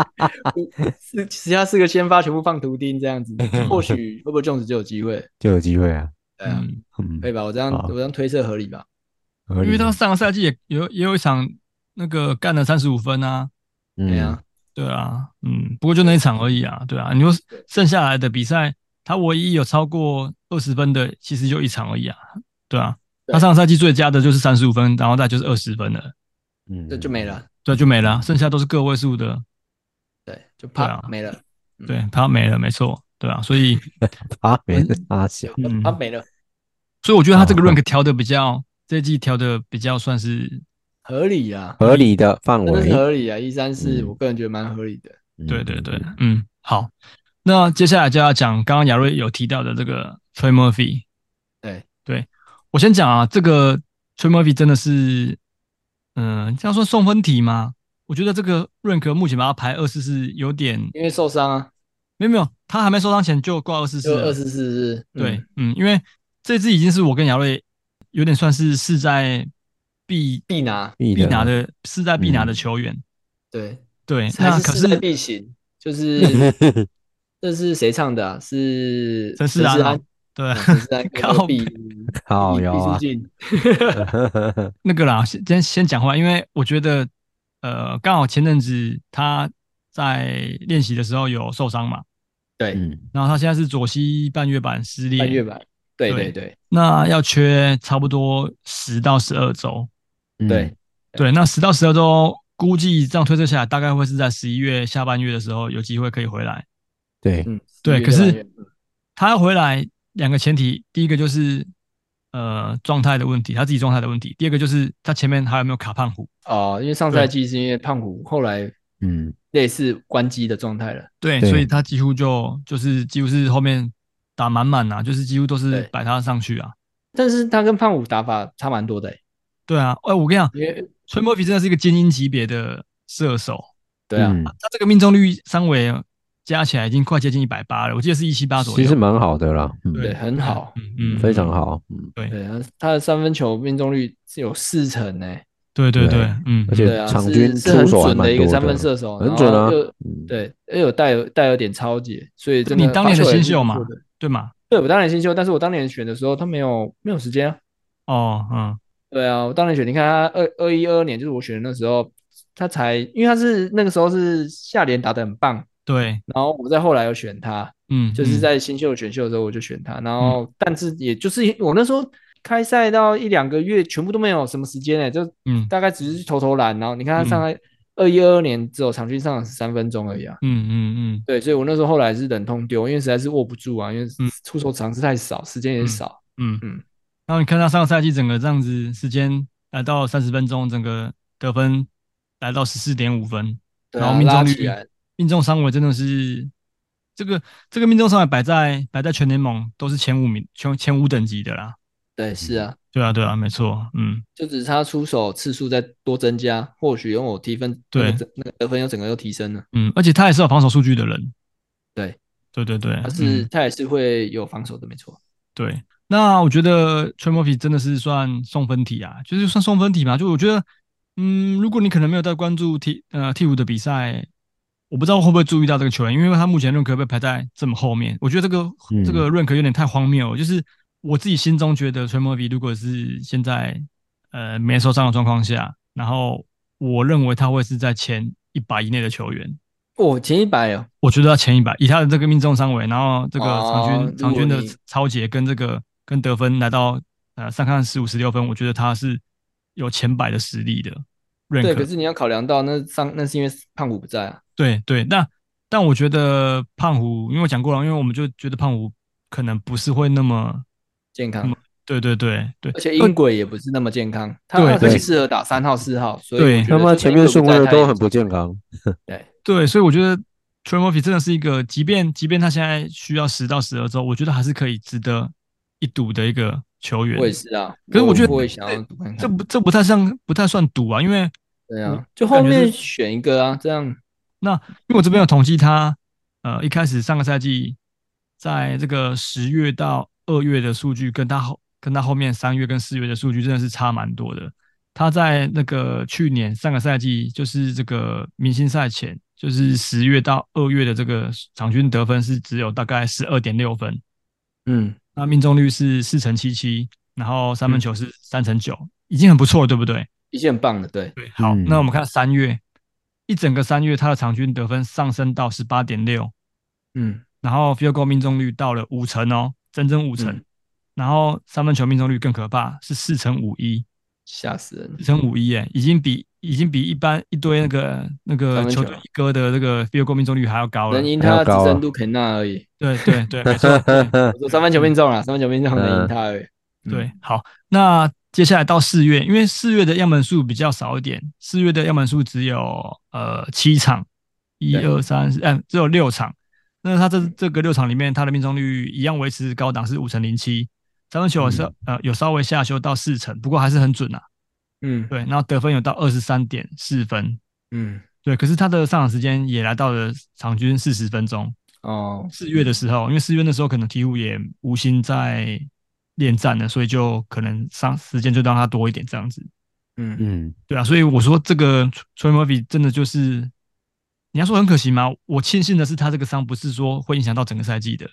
E: 四其他四个先发全部放图钉这样子，或许 Herbert Jones 就有机会。
D: 就有机会啊，
E: 对啊，
B: 嗯
D: 嗯
E: 可，以吧？我这样
D: 好
E: 我这样推测合理吧？
D: 合理
B: 因为他上个赛季也也有也有一场那个干了三十五分啊，
E: 对
D: 嗯
E: 啊，
B: 对啊，嗯，不过就那一场而已啊，对啊，你说剩下来的比赛，他唯一有超过二十分的，其实就一场而已啊，对啊，
E: 对
B: 他上个赛季最佳的就是三十五分，然后再就是二十分了，
D: 嗯，
E: 这就没了，
B: 对，就没了啊，剩下都是个位数的，
E: 对，就
B: 对
E: 啪
B: 啊
E: 没了，嗯
B: 对他没了，没错，对啊，所以
D: 啊，没事啊，小
B: 嗯
E: 啪没了，
B: 所以我觉得他这个
D: 哦
B: rank 调的比较，这一季调的比较算是
E: 合理啊，
D: 合理的范
E: 真的
D: 围
E: 是，合理啊！一三四，
D: 嗯
E: 我个人觉得蛮合理的。
D: 嗯
B: 对对对，，嗯，好，那接下来就要讲刚刚亚瑞有提到的这个 Trey Murphy。
E: 对
B: 对，我先讲啊，这个 Trey Murphy 真的是，嗯、这样说送分题吗？我觉得这个认可目前把他排二四四有点，
E: 因为受伤啊，
B: 没有没有，他还没受伤前就挂二四四
E: 就
B: 了
E: 二。十四日，嗯
B: 啊对，嗯，因为这支已经是我跟亚瑞有点算是势在必
E: 必拿，
D: 必
B: 必拿
D: 的，
B: 的势在必拿的
D: 嗯
B: 球员。
E: 对，
B: 对，
E: 嗯还
B: 那
E: 是
B: 可
E: 势
B: 是
E: 在必行， 就是。这是谁唱的啊？是
B: 陈世
E: 陈
B: 安
E: 世
B: 啊
E: 安，
B: 对
E: 啊陈世 安跟
B: 靠
E: 那个毕
B: 北
D: 靠腰啊
E: 毕毕书尽
B: 那个啦，先先先讲回来，因为我觉得，呃，刚好前阵子他在练习的时候有受伤嘛，
E: 对，
D: 嗯，
B: 然后他现在是左膝半月板撕裂，
E: 半月板，对
B: 对
E: 对对
B: 那要缺差不多十到十二周，
D: 嗯
E: 对，
B: 对，那十到十二周估计这样推测下来，大概会是在十一月下半月的时候有机会可以回来。
D: 对，
E: 嗯，
B: 对，
E: 四月嗯
B: 可
E: 半月
B: 是他要回来两个前提，第一个就是，呃状态的问题，他自己状态的问题。第二个就是他前面还有没有卡胖虎？
E: 哦，因为上赛季是因为胖虎后来
D: 嗯，
E: 类似关机的状态了，
B: 对，
D: 对
B: 所以他几乎就就是几乎是后面打满满啊，就是几乎都是
E: 对
B: 摆他上去啊。
E: 但是他跟胖虎打法差蛮多的、欸，
B: 对啊，哎、我跟你讲，
E: 因为
B: 崔莫皮真的是一个精英级别的射手，
E: 对啊，
D: 嗯
B: 他这个命中率三围加起来已经快接近一百八了，我记得是一七八左右。
D: 其实蛮好的啦，嗯
E: 对，很好，
B: 嗯嗯，
D: 非常好，嗯，
E: 对，他他的三分球命中率是有四成呢、欸，
B: 对对
D: 对
B: 对，嗯，
D: 而且
E: 对啊，
D: 场
E: 是
D: 均
E: 是很
D: 出手还
E: 准
D: 蛮
E: 的一个
D: 多
E: 三分
D: 的
E: 射手，
D: 很
E: 然
D: 准
E: 后
D: 啊
E: 又，
D: 嗯
E: 对，又有带有带有点超解，所以真的
B: 你当年的
E: 发球也
B: 新
E: 是
B: 秀
E: 不
B: 嘛
E: 错的，
B: 对嘛？
E: 对我当年新秀，但是我当年选的时候他没有没有时间啊，
B: 哦，嗯，
E: 对啊，我当年选，你看他二二一二二年就是我选的那时候，他才因为他是那个时候是下联打得很棒，
B: 对，
E: 然后我再后来有选他，
B: 嗯，
E: 就是
B: 嗯
E: 在新秀选秀的时候我就选他，然后但是也就是我那时候开赛到一两个月，全部都没有什么时间哎、就
B: 嗯
E: 大概只是去投投篮，然后你看他上来二一二二年只有场均上场三分钟而已啊。
B: 嗯嗯嗯
E: 对，所以我那时候后来是忍痛丢，因为实在是握不住啊，因为
B: 嗯
E: 出手场次太少，时间也少。
B: 嗯嗯
E: 嗯。
B: 然后你看他上个赛季整个这样子时间来到三十分钟，整个得分来到十四点五分，
E: 对
B: 然
E: 啊
B: 后命
E: 拉
B: 中
E: 起
B: 率
E: 来，
B: 命中三围真的是这个这个命中三围摆在摆在全联盟都是前五名前前五等级的啦。
E: 对，是啊，
B: 对啊对啊，没错，嗯
E: 就只差出手次数再多增加，或许拥有提分，那个
B: 对
E: 整那个得分又整个又提升了。
B: 嗯，而且他也是有防守数据的人。
E: 对
B: 对对对，
E: 他是、
B: 嗯
E: 他也是会有防守的，没错。
B: 对，那我觉得吹莫皮真的是算送分题啊，就是算送分题嘛。就我觉得，嗯，如果你可能没有在关注替呃替补的比赛，我不知道会不会注意到这个球员，因为他目前认可被排在这么后面。我觉得这个、这个认可有点太荒谬了，就是我自己心中觉得吹莫比如果是现在呃没受伤的状况下，然后我认为他会是在前一百以内的球员。
E: 哦，前一百哦，
B: 我觉得要前一百，以他的这个命中三围，然后这个场均、
E: 哦
B: 场均的
E: 如果你
B: 超节跟这个跟得分来到呃上看十五十六分，我觉得他是有前百的实力的。认
E: 对，
B: 可
E: 可是你要考量到那上那是因为胖虎不在啊，
B: 对对，那但我觉得胖虎，因为我讲过了，因为我们就觉得胖虎可能不是会那么，
E: 健康，
B: 对对对嗯对
E: 而且音轨也不是那么健康，他
B: 对
E: 很
D: 对
E: 适合打三号四号，所以
B: 对
E: 我觉得
D: 那么
E: 就算
D: 前面
E: 英
D: 顺
E: 轨
D: 位
E: 在
D: 的
E: 他
D: 都
E: 也
D: 很不健康，
B: 对，所以我觉得 t r e m o r p h y 真的是一个，即便即便他现在需要十到十二周，我觉得还是可以值得一赌的一个球员
E: 我。也是啊，
B: 可是我觉得
E: 我也想要赌看看
B: 这不嗯这不太像不太算赌啊，因为
E: 对
B: 我
E: 啊，就
B: 感
E: 后
B: 觉是
E: 面选一个啊，这样
B: 那因为我这边有统计他，呃，一开始上个赛季在这个十月到二月的数据，跟他后跟他后面三月跟四月的数据真的是差蛮多的。他在那个去年上个赛季，就是这个明星赛前，就是十月到二月的这个场均得分是只有大概十二点六分，
E: 嗯，
B: 那命中率是四成七七，然后三分球是三成九，已经很不错了，对不对？
E: 已经很棒了，对，
B: 对，好，
D: 嗯
B: 那我们看三月，一整个三月，他的场均得分上升到十八点六，
E: 嗯，
B: 然后 field goal 命中率到了五成哦，整整五成，
E: 嗯
B: 然后三分球命中率更可怕，是四成五一，
E: 吓死人了
B: 四，成五一耶，已经比已经比一般一堆那个那
E: 三
B: 个
E: 分
B: 球
E: 球
B: 队一哥的这个 field goal 命中率还要高了
E: 能。赢
D: 还要
E: 他只
D: 高啊
E: 剩杜肯纳而已，
B: 对对对， 没错，对
E: 我说三分球命中了，三分球命中能赢
D: 嗯
E: 他而已，嗯
B: 对，好，那接下来到四月，因为四月的样本数比较少一点，四月的样本数只有呃七场，一
E: 对嗯
B: 二三四，嗯，只有六场。那他这这个六场里面，他的命中率一样维持高档是五成零七，三分球有稍、呃有稍微下修到四成，不过还是很准啊。
E: 嗯
B: 对，然后得分有到二十三点四分，
E: 嗯，
B: 对，可是他的上场时间也来到了场均四十分钟。
E: 哦，
B: 四月的时候，因为四月那时候可能鹈鹕也无心在恋战了，所以就可能上时间就让他多一点这样子。
E: 嗯，
D: 嗯，
B: 对啊，所以我说这个 Troy Murphy 真的就是，你要说很可惜吗？我庆幸的是他这个伤不是说会影响到整个赛季的。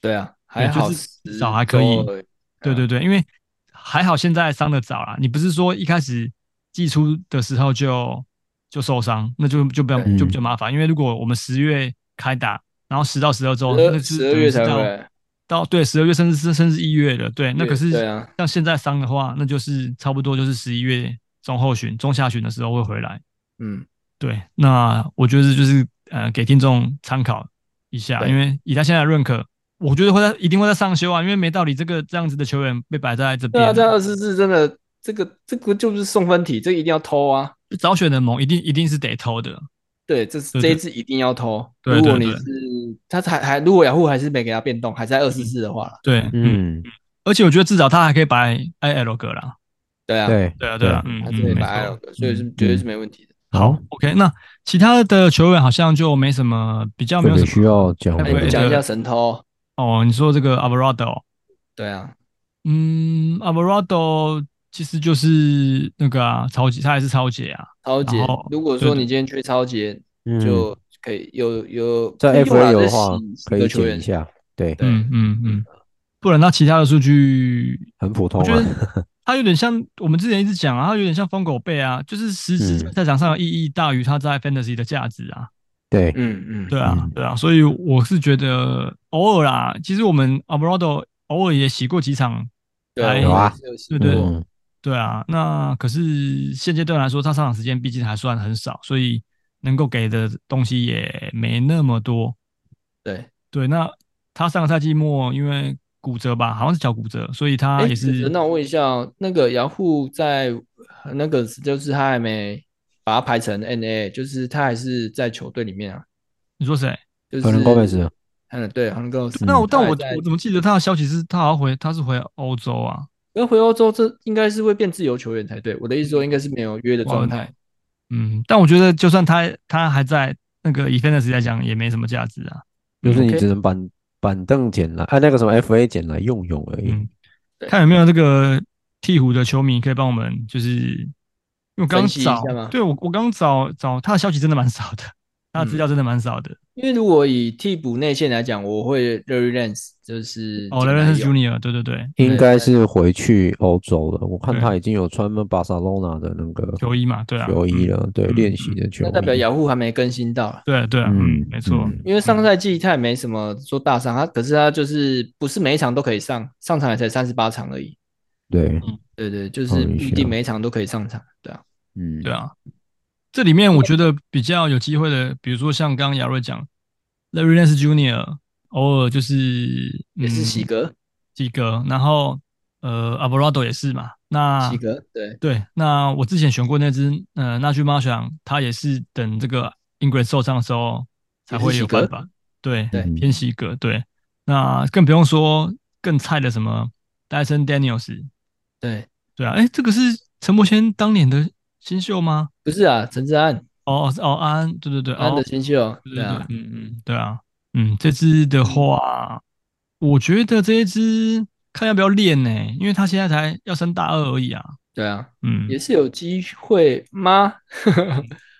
E: 对啊，
B: 对
E: 还
B: 就
E: 好
B: 是
E: 十
B: 少还可以
E: 周而已，
B: 对对对，因为还好现在伤的早啦，你不是说一开始寄出的时候就就受伤，那就就比较
D: 对
B: 就比较麻烦。因为如果我们十月开打，然后十到十二周，
E: 十
B: 哦那
E: 二
B: 是
E: 十二
B: 等于
E: 月
B: 是
E: 才
B: 到
E: 回来，
B: 到对十二月甚至是甚至一月的，对，那可是
E: 对啊
B: 像现在伤的话，那就是差不多就是十一月中后旬、中下旬的时候会回来。
E: 嗯，
B: 对，那我觉得就是呃给听众参考一下，
E: 对
B: 因为以他现在的认可，我觉得会在一定会在上修啊，因为没道理这个这样子的球员被摆在这
E: 对
B: 边，
E: 啊，这样二十四真的，这个这个就是送分题，这个一定要偷啊！
B: 早选的盟一定一定是得偷的，
E: 对，这是
B: 对
E: 这
B: 对
E: 一次一定要偷。
B: 对
E: 如果
B: 对
E: 你
B: 对
E: 是他还还，如果雅虎还是没给他变动，还是在二十四的话啦，
B: 对，嗯，
D: 嗯，
B: 而且我觉得至少他还可以摆 I L 哥啦，
E: 对啊，
D: 对，
B: 对啊对啊，嗯，
E: 还是
B: 嗯
E: 可以
B: 没
E: 摆 I
B: 错嗯
E: L 的，所以是绝对是没问题的。
D: 好，
B: OK，那其他的球员好像就没什么比较
D: 特
B: 没有
D: 别
B: 什
D: 需
B: 么
D: 要讲
B: 哎
E: 哎，
B: 对对
E: 我们
D: 的。
E: 讲一下神偷，
B: 哦。你说这个 Abrado，
E: 对啊，
B: 嗯，Abrado 其实就是那个啊，超级，他也是超级啊，
E: 超杰
B: 然后。
E: 如果
B: 对
E: 说
B: 对
E: 你今天缺超杰，
D: 嗯
E: 就可以有有
D: 在
E: 可以用啦
D: FA 的
E: 再
D: 话
E: 洗洗
D: 可
E: 个
D: 以
E: 球
D: 减
E: 员
D: 一，下，对，
E: 对
B: 嗯嗯嗯，不然他其他的数据，
D: 很普通
B: 我觉
D: 啊。
B: 得他有点像我们之前一直讲啊，他有点像疯狗贝啊，就是实质
D: 嗯
B: 在场上的意义大于他在 Fantasy 的价值啊。
D: 对，
E: 嗯嗯，
B: 对啊，
D: 嗯
B: 对啊，所以我是觉得偶尔啦，其实我们 Abrado 偶尔也洗过几场，哎
E: 对，
D: 有啊，
B: 对对
D: 嗯，
B: 对啊，那可是现阶段来说，他上场时间毕竟还算很少，所以能够给的东西也没那么多。
E: 对，
B: 对，那他上个赛季末因为骨折吧，好像是脚骨折，所以他
E: 哎
B: 啊也是、
E: 那我问一下哦，那个雅虎在那个就是他还没把它排成 NA，就是他还是在球队里面啊，
B: 你说谁？
E: 就是
D: 可能 Gomez
E: 嗯，对，好像 Gomez。
B: 那我但我
E: 他还在
B: 我怎么记得他的消息是他好像回他是回欧洲啊？
E: 因为回欧洲，这应该是会变自由球员才对。我的意思说，应该是没有约的状
B: 哇
E: 态。
B: 嗯，但我觉得就算他他还在那个 e f a n t a s 来讲也没什么价值啊。
D: 就是你
E: OK
D: 只能板板凳捡来，啊按那个什么 FA 捡来用用而已。
B: 嗯，
E: 对
B: 看有没有这个鹈鹕的球迷可以帮我们，就是因为我刚
E: 分析一
B: 找
E: 下吗，
B: 对我我刚找找他的消息真的蛮少的，他的资料真的蛮少的。
E: 因为如果以替补内线来讲，我会 Larry Lance，就是
B: 哦 l a r e n Junior，对对对，
D: 应
E: 对
D: 该
E: 对
D: 是回去欧洲了，我看
B: 对
D: 他已经有穿巴塞罗那的那个
B: 球衣嘛，对啊，
D: 球衣
B: 嗯，
D: 了，对，
B: 嗯
D: 练习的球
E: 那代表
D: 衣。
E: 雅虎还没更新到啦。
B: 对对啊，嗯，没错，
D: 嗯
E: 因为上个赛季他也没什么说大伤，他可是他就是不是每一场都可以上，上场也才三十八场而已。
D: 对，
E: 对对，就
D: 哦
E: 是
D: 你
E: 不一
D: 想
E: 定每一场都可以上场，对啊，
D: 嗯，
B: 对啊。这里面我觉得比较有机会的，比如说像刚刚亚瑞讲 l a r e n Junior，偶尔就是
E: 也是喜
B: 几
E: 格，
B: 几个，然后呃 a b r a d o 也是嘛，那
E: 喜格，对，
B: 对，那我之前选过那只，呃，那句猫想，它也是等这个 Ingrid 受伤的时候才
E: 也是
B: 会
E: 喜
B: 有办
E: 格
B: 法。对，
D: 嗯
B: 啊
E: 对
B: 偏西格，对。那更不用说更菜的什么 Dyson Daniels，
E: 对，
B: 对啊，哎，这个是陈柏轩当年的新秀吗？
E: 不是啊，陈志安，
B: 哦哦是哦，安安，对对对，
E: 安
B: 哦
E: 的，新秀，
B: 对对对
E: 对啊，，
B: 嗯嗯，对啊，嗯，这只的话，我觉得这一只看要不要练呢、因为它现在才要升大二而已啊，
E: 对啊，
B: 嗯，
E: 也是有机会吗？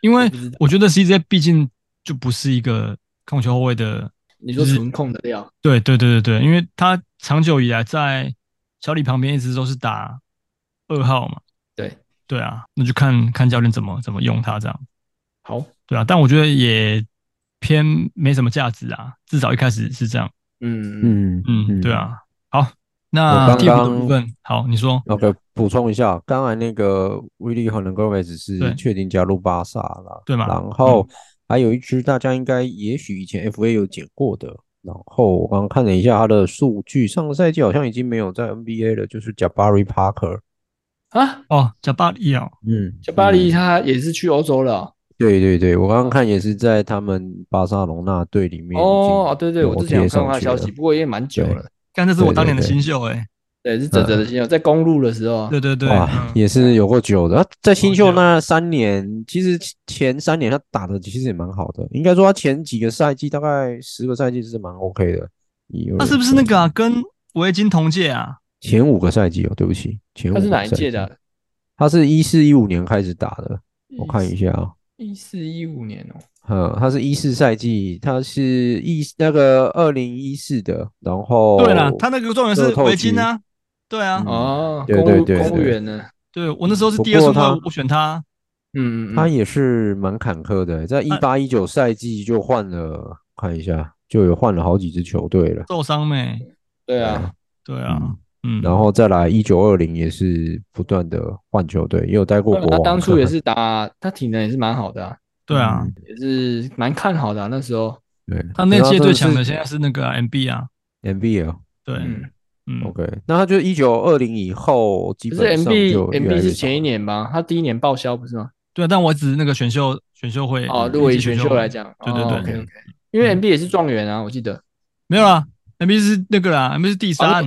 B: 因为
E: 不知道
B: 我觉得 CJ 毕竟就不是一个控球后卫的，
E: 你说纯控的料，
B: 对对对对对，因为他长久以来在小李旁边一直都是打二号嘛，
E: 对，
B: 对啊，那就看看教练怎么怎么用他这样，
E: 好，
B: 对啊，但我觉得也偏没什么价值啊，至少一开始是这样，
E: 嗯嗯，
D: 嗯
B: 嗯，对。啊，好，那
D: 我刚
B: 替补的
D: 刚
B: 部分，好，你说，
D: OK，补充一下，刚才那个威利和能够位置
B: 对
D: 是确定加入巴萨了，
B: 对嘛嗯
D: 然后还有一支大家应该也许以前 FA 有捡过的，然后我刚刚看了一下他的数据，上个赛季好像已经没有在 NBA 了，就是 Jabari Parker。
E: 啊，
B: 哦，加巴里奥，
D: 嗯，
E: 小巴
D: 嗯
E: 黎他也是去欧洲了哦，
D: 对对对，我刚刚看也是在他们巴塞隆纳队里面已经
E: 哦，对对，
D: 有嗯
E: 我之前有
D: 贴
E: 看
D: 上
E: 过他的
D: 去
E: 消
D: 了
E: 息，不过也蛮久了，
B: 看这是我当年的
D: 对对
B: 新秀哎、
E: 对，是泽泽
D: 嗯
E: 的新秀，在公路的时候，
B: 对对对，
D: 哇
B: 嗯，
D: 也是有够久的。他在新
B: 有
D: 秀
B: 够久
D: 那三年，其实前三年他打的其实也蛮好的，应该说他前几个赛季，大概十个赛季是蛮 OK 的。有
B: 他
D: 人
B: 是不是那
D: 说
B: 个啊，跟维金同届啊？
D: 前五个赛季哦？对不起，前五
E: 他是
D: 个
E: 哪一
D: 赛
E: 届
D: 季
E: 的啊？嗯
D: 他是一四一五年开始打的，我看一下啊，
E: 一四一五年哦，
D: 嗯，他是一四赛季，他是一那个二零一四的，然后
B: 对啦，他那个状元是
D: 乐透
B: 维金
D: 局
B: 啊。对啊，
D: 嗯
E: 哦，
D: 对
E: 公
D: 对
E: 务
D: 对
E: 公务
D: 对
E: 员呢？
B: 对我那时
E: 嗯
B: 候是
D: 不
B: 第二顺
D: 过他
B: 位，我选他。
E: 嗯，嗯嗯
D: 他也是蛮坎坷的，欸在一八一九赛季就换了，看一下就有换了好几支球队了，
B: 受伤没？
E: 对
D: 对
E: 啊，
B: 对啊
D: 嗯，
B: 嗯，
D: 然后再来一九二零也是不断的换球队，也有待过
E: 对啊
D: 国
E: 他
D: 王，
E: 当初也是打，他体能也是蛮好的啊，
B: 对啊，
E: 也是蛮看好的啊。那时候
D: 对，
B: 他那届
D: 真的
B: 最强的
D: 是
B: 现在是那个 MB 啊，
D: NBL
B: 对，
E: 嗯，
B: 嗯，
D: OK，那他就是一九二零以后，基
E: 可是
D: 本上就
E: MB
D: 越来
E: MB
D: 越
E: 是
D: 少
E: 前一年吧？他第一年报销不是吗？
B: 对啊，但我只是那个选秀选秀会
E: 哦，
B: 嗯
E: 如果
B: 一
E: 以
B: 级
E: 选秀来讲，
B: 对对对
E: o k OK，因为
B: 嗯
E: MB 也是状元啊，我记得。
B: 没有啦，MB 是那个啦，MB 是第三，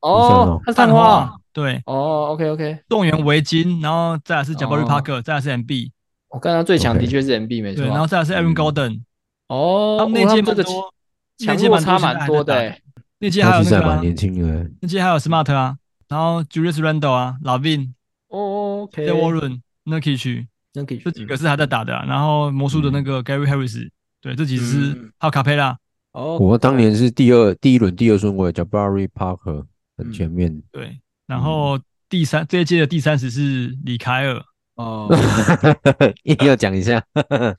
E: 哦，他是探花啊。
B: 对，
E: 哦，OK OK，
B: 动员维京，然后再来是 j a b a r
E: 哦
B: Parker，再来是 MB，
E: 我刚刚最强
D: OK
E: 的确是 MB 没错
B: 对，然后
E: 啊。
B: 再来是 Aaron Golden，
E: 哦，
B: 他
E: 哦
B: 们那届
E: 这
B: 蛮
E: 个
B: 多，那
E: 强
B: 届
E: 弱
B: 蛮多
E: 差
B: 现在
E: 蛮
B: 还在
E: 多的
B: 打
E: 欸，
B: 那届还
D: 他
B: 有
D: 其
B: 那
D: 实
B: 个
D: 还蛮
B: 啊，
D: 年轻的。
B: 那届还有 Smart 啊，然后 Julius Randle 啊，Lavin、
E: 哦，OK，
B: j a Warren、Nurkic
E: 那可以
B: 这几个是还在打的啊，然后魔术的那
E: 嗯
B: 个 Gary Harris，对，这几支是还有卡佩拉，
E: 哦，
D: 我当年是第二第一轮第二顺位，Jabari Parker 很
E: 嗯
D: 前面，
B: 对，然后第三这一届的第三十是李凯 尔，
E: 哦，
D: 一定要讲一下。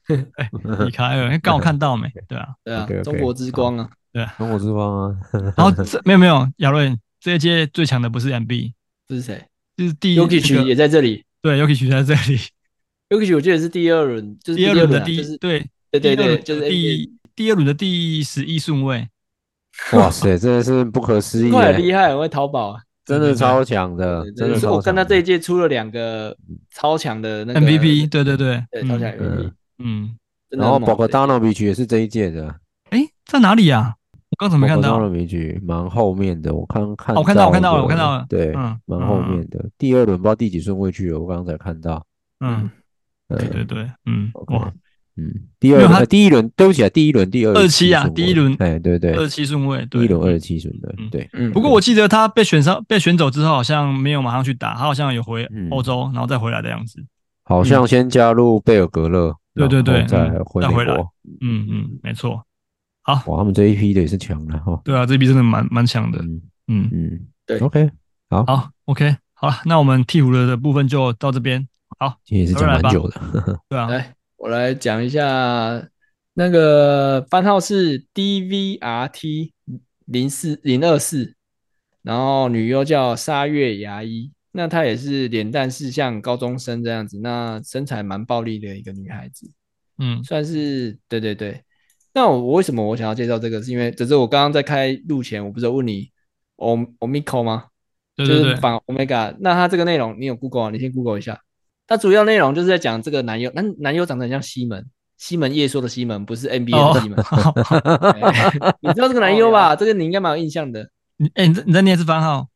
B: 李凯尔，刚好看到 没？对啊，
E: 对 啊
D: OK，OK，，
E: 中国之光啊，
D: 中国之光啊，
B: 然后这没有没有，亚瑞这一届最强的不是 MB，
E: 这是谁
B: 就是第那个
E: ？Yuki 也在这里
B: 对 Yuki 曲在这里，
E: ，Yuki 我记得是第二轮，就是
B: 第二轮
E: 轮
B: 的
E: 啊
B: 第
E: 就是
B: 一对
E: 对对
B: 第二轮
E: 对，
B: 的
E: 就是 NBA
B: 第第二轮的第十一顺位，
D: 哇塞，真的是不可思议
E: 快
D: 耶，
E: 厉害，很会淘宝啊。
D: 真的超强的，真的
E: 是
D: 超
E: 我看他
D: 强
E: 这一
D: 的
E: 届出了两个超强的那个
B: MVP，对对对，
E: 对，
B: 嗯
E: 超强 MVP，
B: 嗯，
E: 真的
D: 然后
E: 很猛
D: Bogdanovich 也是这一届的
B: 哎，在哪里啊？我刚怎么没看到？哦，
D: ，Bogdanovich 蛮后面的，我刚看，
B: 我看到，我看到了，我看到了，
D: 对，
B: 嗯，
D: 蛮后
B: 嗯
D: 面的，第二轮不知道第几顺位去了，我刚刚才看到，
B: 嗯，
D: 呃
B: 对对对，嗯，
D: OK
B: 哇，
D: 嗯，第二
B: 没有
D: 轮
B: 他
D: 呃第一轮，对不起啊，第一轮第二
B: 27啊
D: 顺位
B: 第一轮
D: 哎，对对，
B: 二七顺位，
D: 第
B: 对
D: 一轮二十七顺的
B: 嗯，
D: 对，
E: 嗯
B: 不过我记得他被选上、被选走之后，好像没有马上去打，他好像有回
D: 嗯
B: 欧洲，然后再回来的样子。
D: 好像先加入贝尔格勒，
B: 嗯对对对
D: 然后
B: 嗯
D: 再回
B: 再回
D: 美
B: 来
D: 国，
B: 嗯嗯，没错。好，
D: 哇，他们这一批的也是强的哈，
B: 对啊，这一批真的蛮蛮强的。
D: 嗯
B: 嗯，
D: 嗯，
E: 对
D: ，OK，
B: 好，OK，好了，那我们鹈鹕的的部分就到这边。好，
D: 今天也是讲蛮久的，
E: 哦
B: 对啊，
E: 来，我来讲一下那个番号是 DVRT 零四零二四，然后女优叫沙月牙医，那她也是脸蛋是像高中生这样子，那身材蛮暴力的一个女孩子，
B: 嗯
E: 算是对对对。那我我为什么我想要介绍这个？是因为只是我刚刚在开录前，我不是有问你 O Omiko 吗？
B: 对对
E: 就
B: 对
E: 是，反 Omega。那它这个内容你有 Google 啊？你先 Google 一下。它主要内容就是在讲这个男优，男男优长得很像西门，西门叶说的西门，不是
B: 哦
E: NBA 的西门。对 你知道这个男优吧？这个你应该蛮有印象的。
B: 你哎，你在你在念是番号？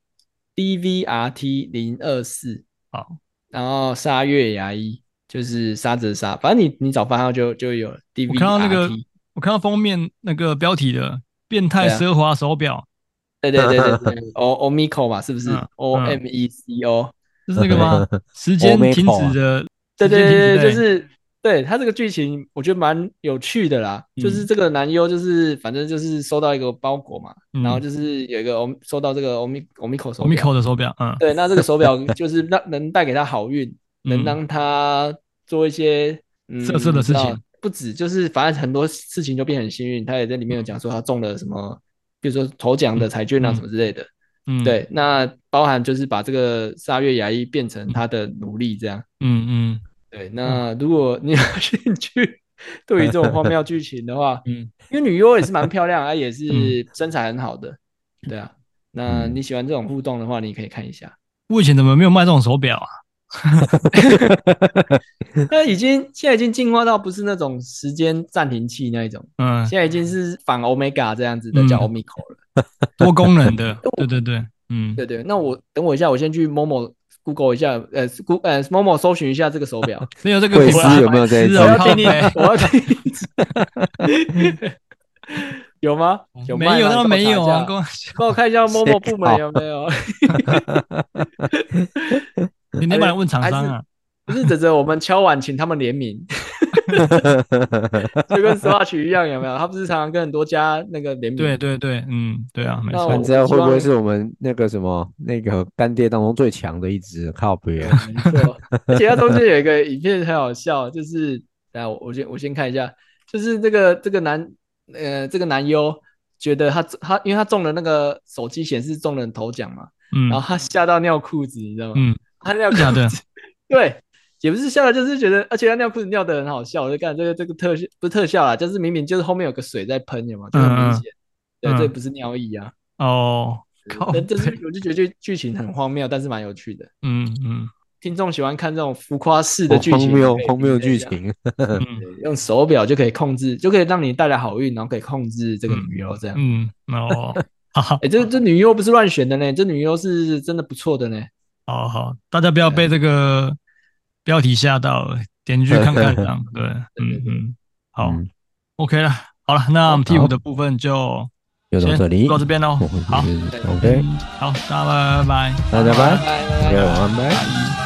E: DVRT 零二四，
B: 好，
E: 然后沙月牙医就是沙子的沙，反正你你找番号就就有了。
B: 我看到那个
E: DVRT，
B: 我看到封面那个标题的“变态
E: 对啊
B: 奢华手表
E: 对对对对对，O Omiko 嘛，是不是
B: 嗯
E: ？O M E C O，”，
B: 就是那个 吗？时间停止的，
E: 啊对对
B: 时间停止
E: 对对，就
B: 的
E: 是对他这个剧情，我觉得蛮有趣的啦。就是这个男优，就是反正就是收到一个包裹嘛，
B: 嗯
E: 然后就是有一个欧收到这个欧米欧米口手
B: 我们
E: 表，
B: 口的手表，嗯，
E: 对，那这个手表就是让能带给他好运，
B: 嗯
E: 能让他做一些嗯
B: 色色的事情，
E: 你知道不止就是反正很多事情就变很幸运。他也在里面有讲说他中了什么，比如说头奖的彩券啊
B: 嗯
E: 什么之类的。
B: 嗯，
E: 对，那包含就是把这个沙月牙医变成他的奴隶这样。
B: 嗯嗯
E: 对，那如果你有兴趣对于这种荒谬剧情的话，
B: 嗯，
E: 因为女优也是蛮漂亮，啊，也是
B: 嗯
E: 身材很好的，对啊。那
D: 嗯
E: 你喜欢这种互动的话，你可以看一下。
B: 我以前怎么没有卖这种手表啊？
E: 那已经现在已经进化到不是那种时间暂停器那一种，
B: 嗯，
E: 现在已经是反 Omega 这样子的叫
B: 嗯
E: Omico 了。
B: 多功能 的，对对对，嗯，
E: 对对，那我等我一下，我先去 Momo Google 一下，呃，Go 呃 Momo 搜寻一下这个手表。
B: 没有这个
D: 贵
B: 我
D: 司
B: 还
D: 有啊没有在
B: 白痴
D: 这
B: 哦
E: 我要
B: 靠
E: 听你，
B: 北
E: 我要听你。 有吗？有卖吗
B: 哦没有？那
E: 你帮我
B: 没有
E: 查
B: 啊，
E: 一下
B: 跟我啊
E: 帮我看一下某某部门有没有？
B: 你你把人问厂商
E: 还
B: 啊，
E: 不是，哲哲，我们敲碗请他们联名， 就跟 Swatch 一样，有没有？他不是常常跟很多家那个联名？
B: 对对对，嗯，对啊，没
E: 那
B: 错，
E: 我
D: 看这样会不会是我们那个什么那个干爹当中最强的一支？靠别人，
E: 没错。而且它中间有一个影片很好笑，就是等下我我先我先看一下，就是这个这个男呃这个男优觉得他他因为他中了那个手机显示中了头奖嘛，
B: 嗯
E: 然后他吓到尿裤子，你知道吗？
B: 嗯，
E: 他尿裤
B: 真的假 的
E: 子，对，也不是吓到，就是觉得，而且他尿裤子尿的很好笑，我就看这个这个啊特效不是特效啦，就是明明就是后面有个水在喷，有吗？就很明
B: 嗯嗯
E: 显，对，
B: 嗯
E: 这不是尿意啊，
B: 哦，靠
E: 但但是
B: 北
E: 我就觉得剧剧情很荒谬，但是蛮有趣的。
B: 嗯嗯
E: 听众喜欢看这种浮夸式的剧
D: 荒
E: 情，
D: 谬
E: 可以
D: 荒谬
E: 理解
D: 剧
E: 一下，
D: 情，
B: 嗯
E: 对用手表就可以控制，就可以让你带来好运，然后可以控制这个女优这样。
B: 嗯，哦，好好
E: 哎，这这女优不是乱选的呢，这女优是真的不错的呢。
B: 好好，大家不要被这个标题吓到了，点进去看看这样。对，嗯嗯，好
D: 嗯
B: ，OK 了，好了，那我们替补的部分就
D: 就到
B: 先
D: 这里，
B: 到这边喽。好，
D: ，OK，
B: 好，大家拜拜。
D: 大家拜，
E: 拜拜
D: 大
E: 拜拜
D: 家晚安，拜。
B: 拜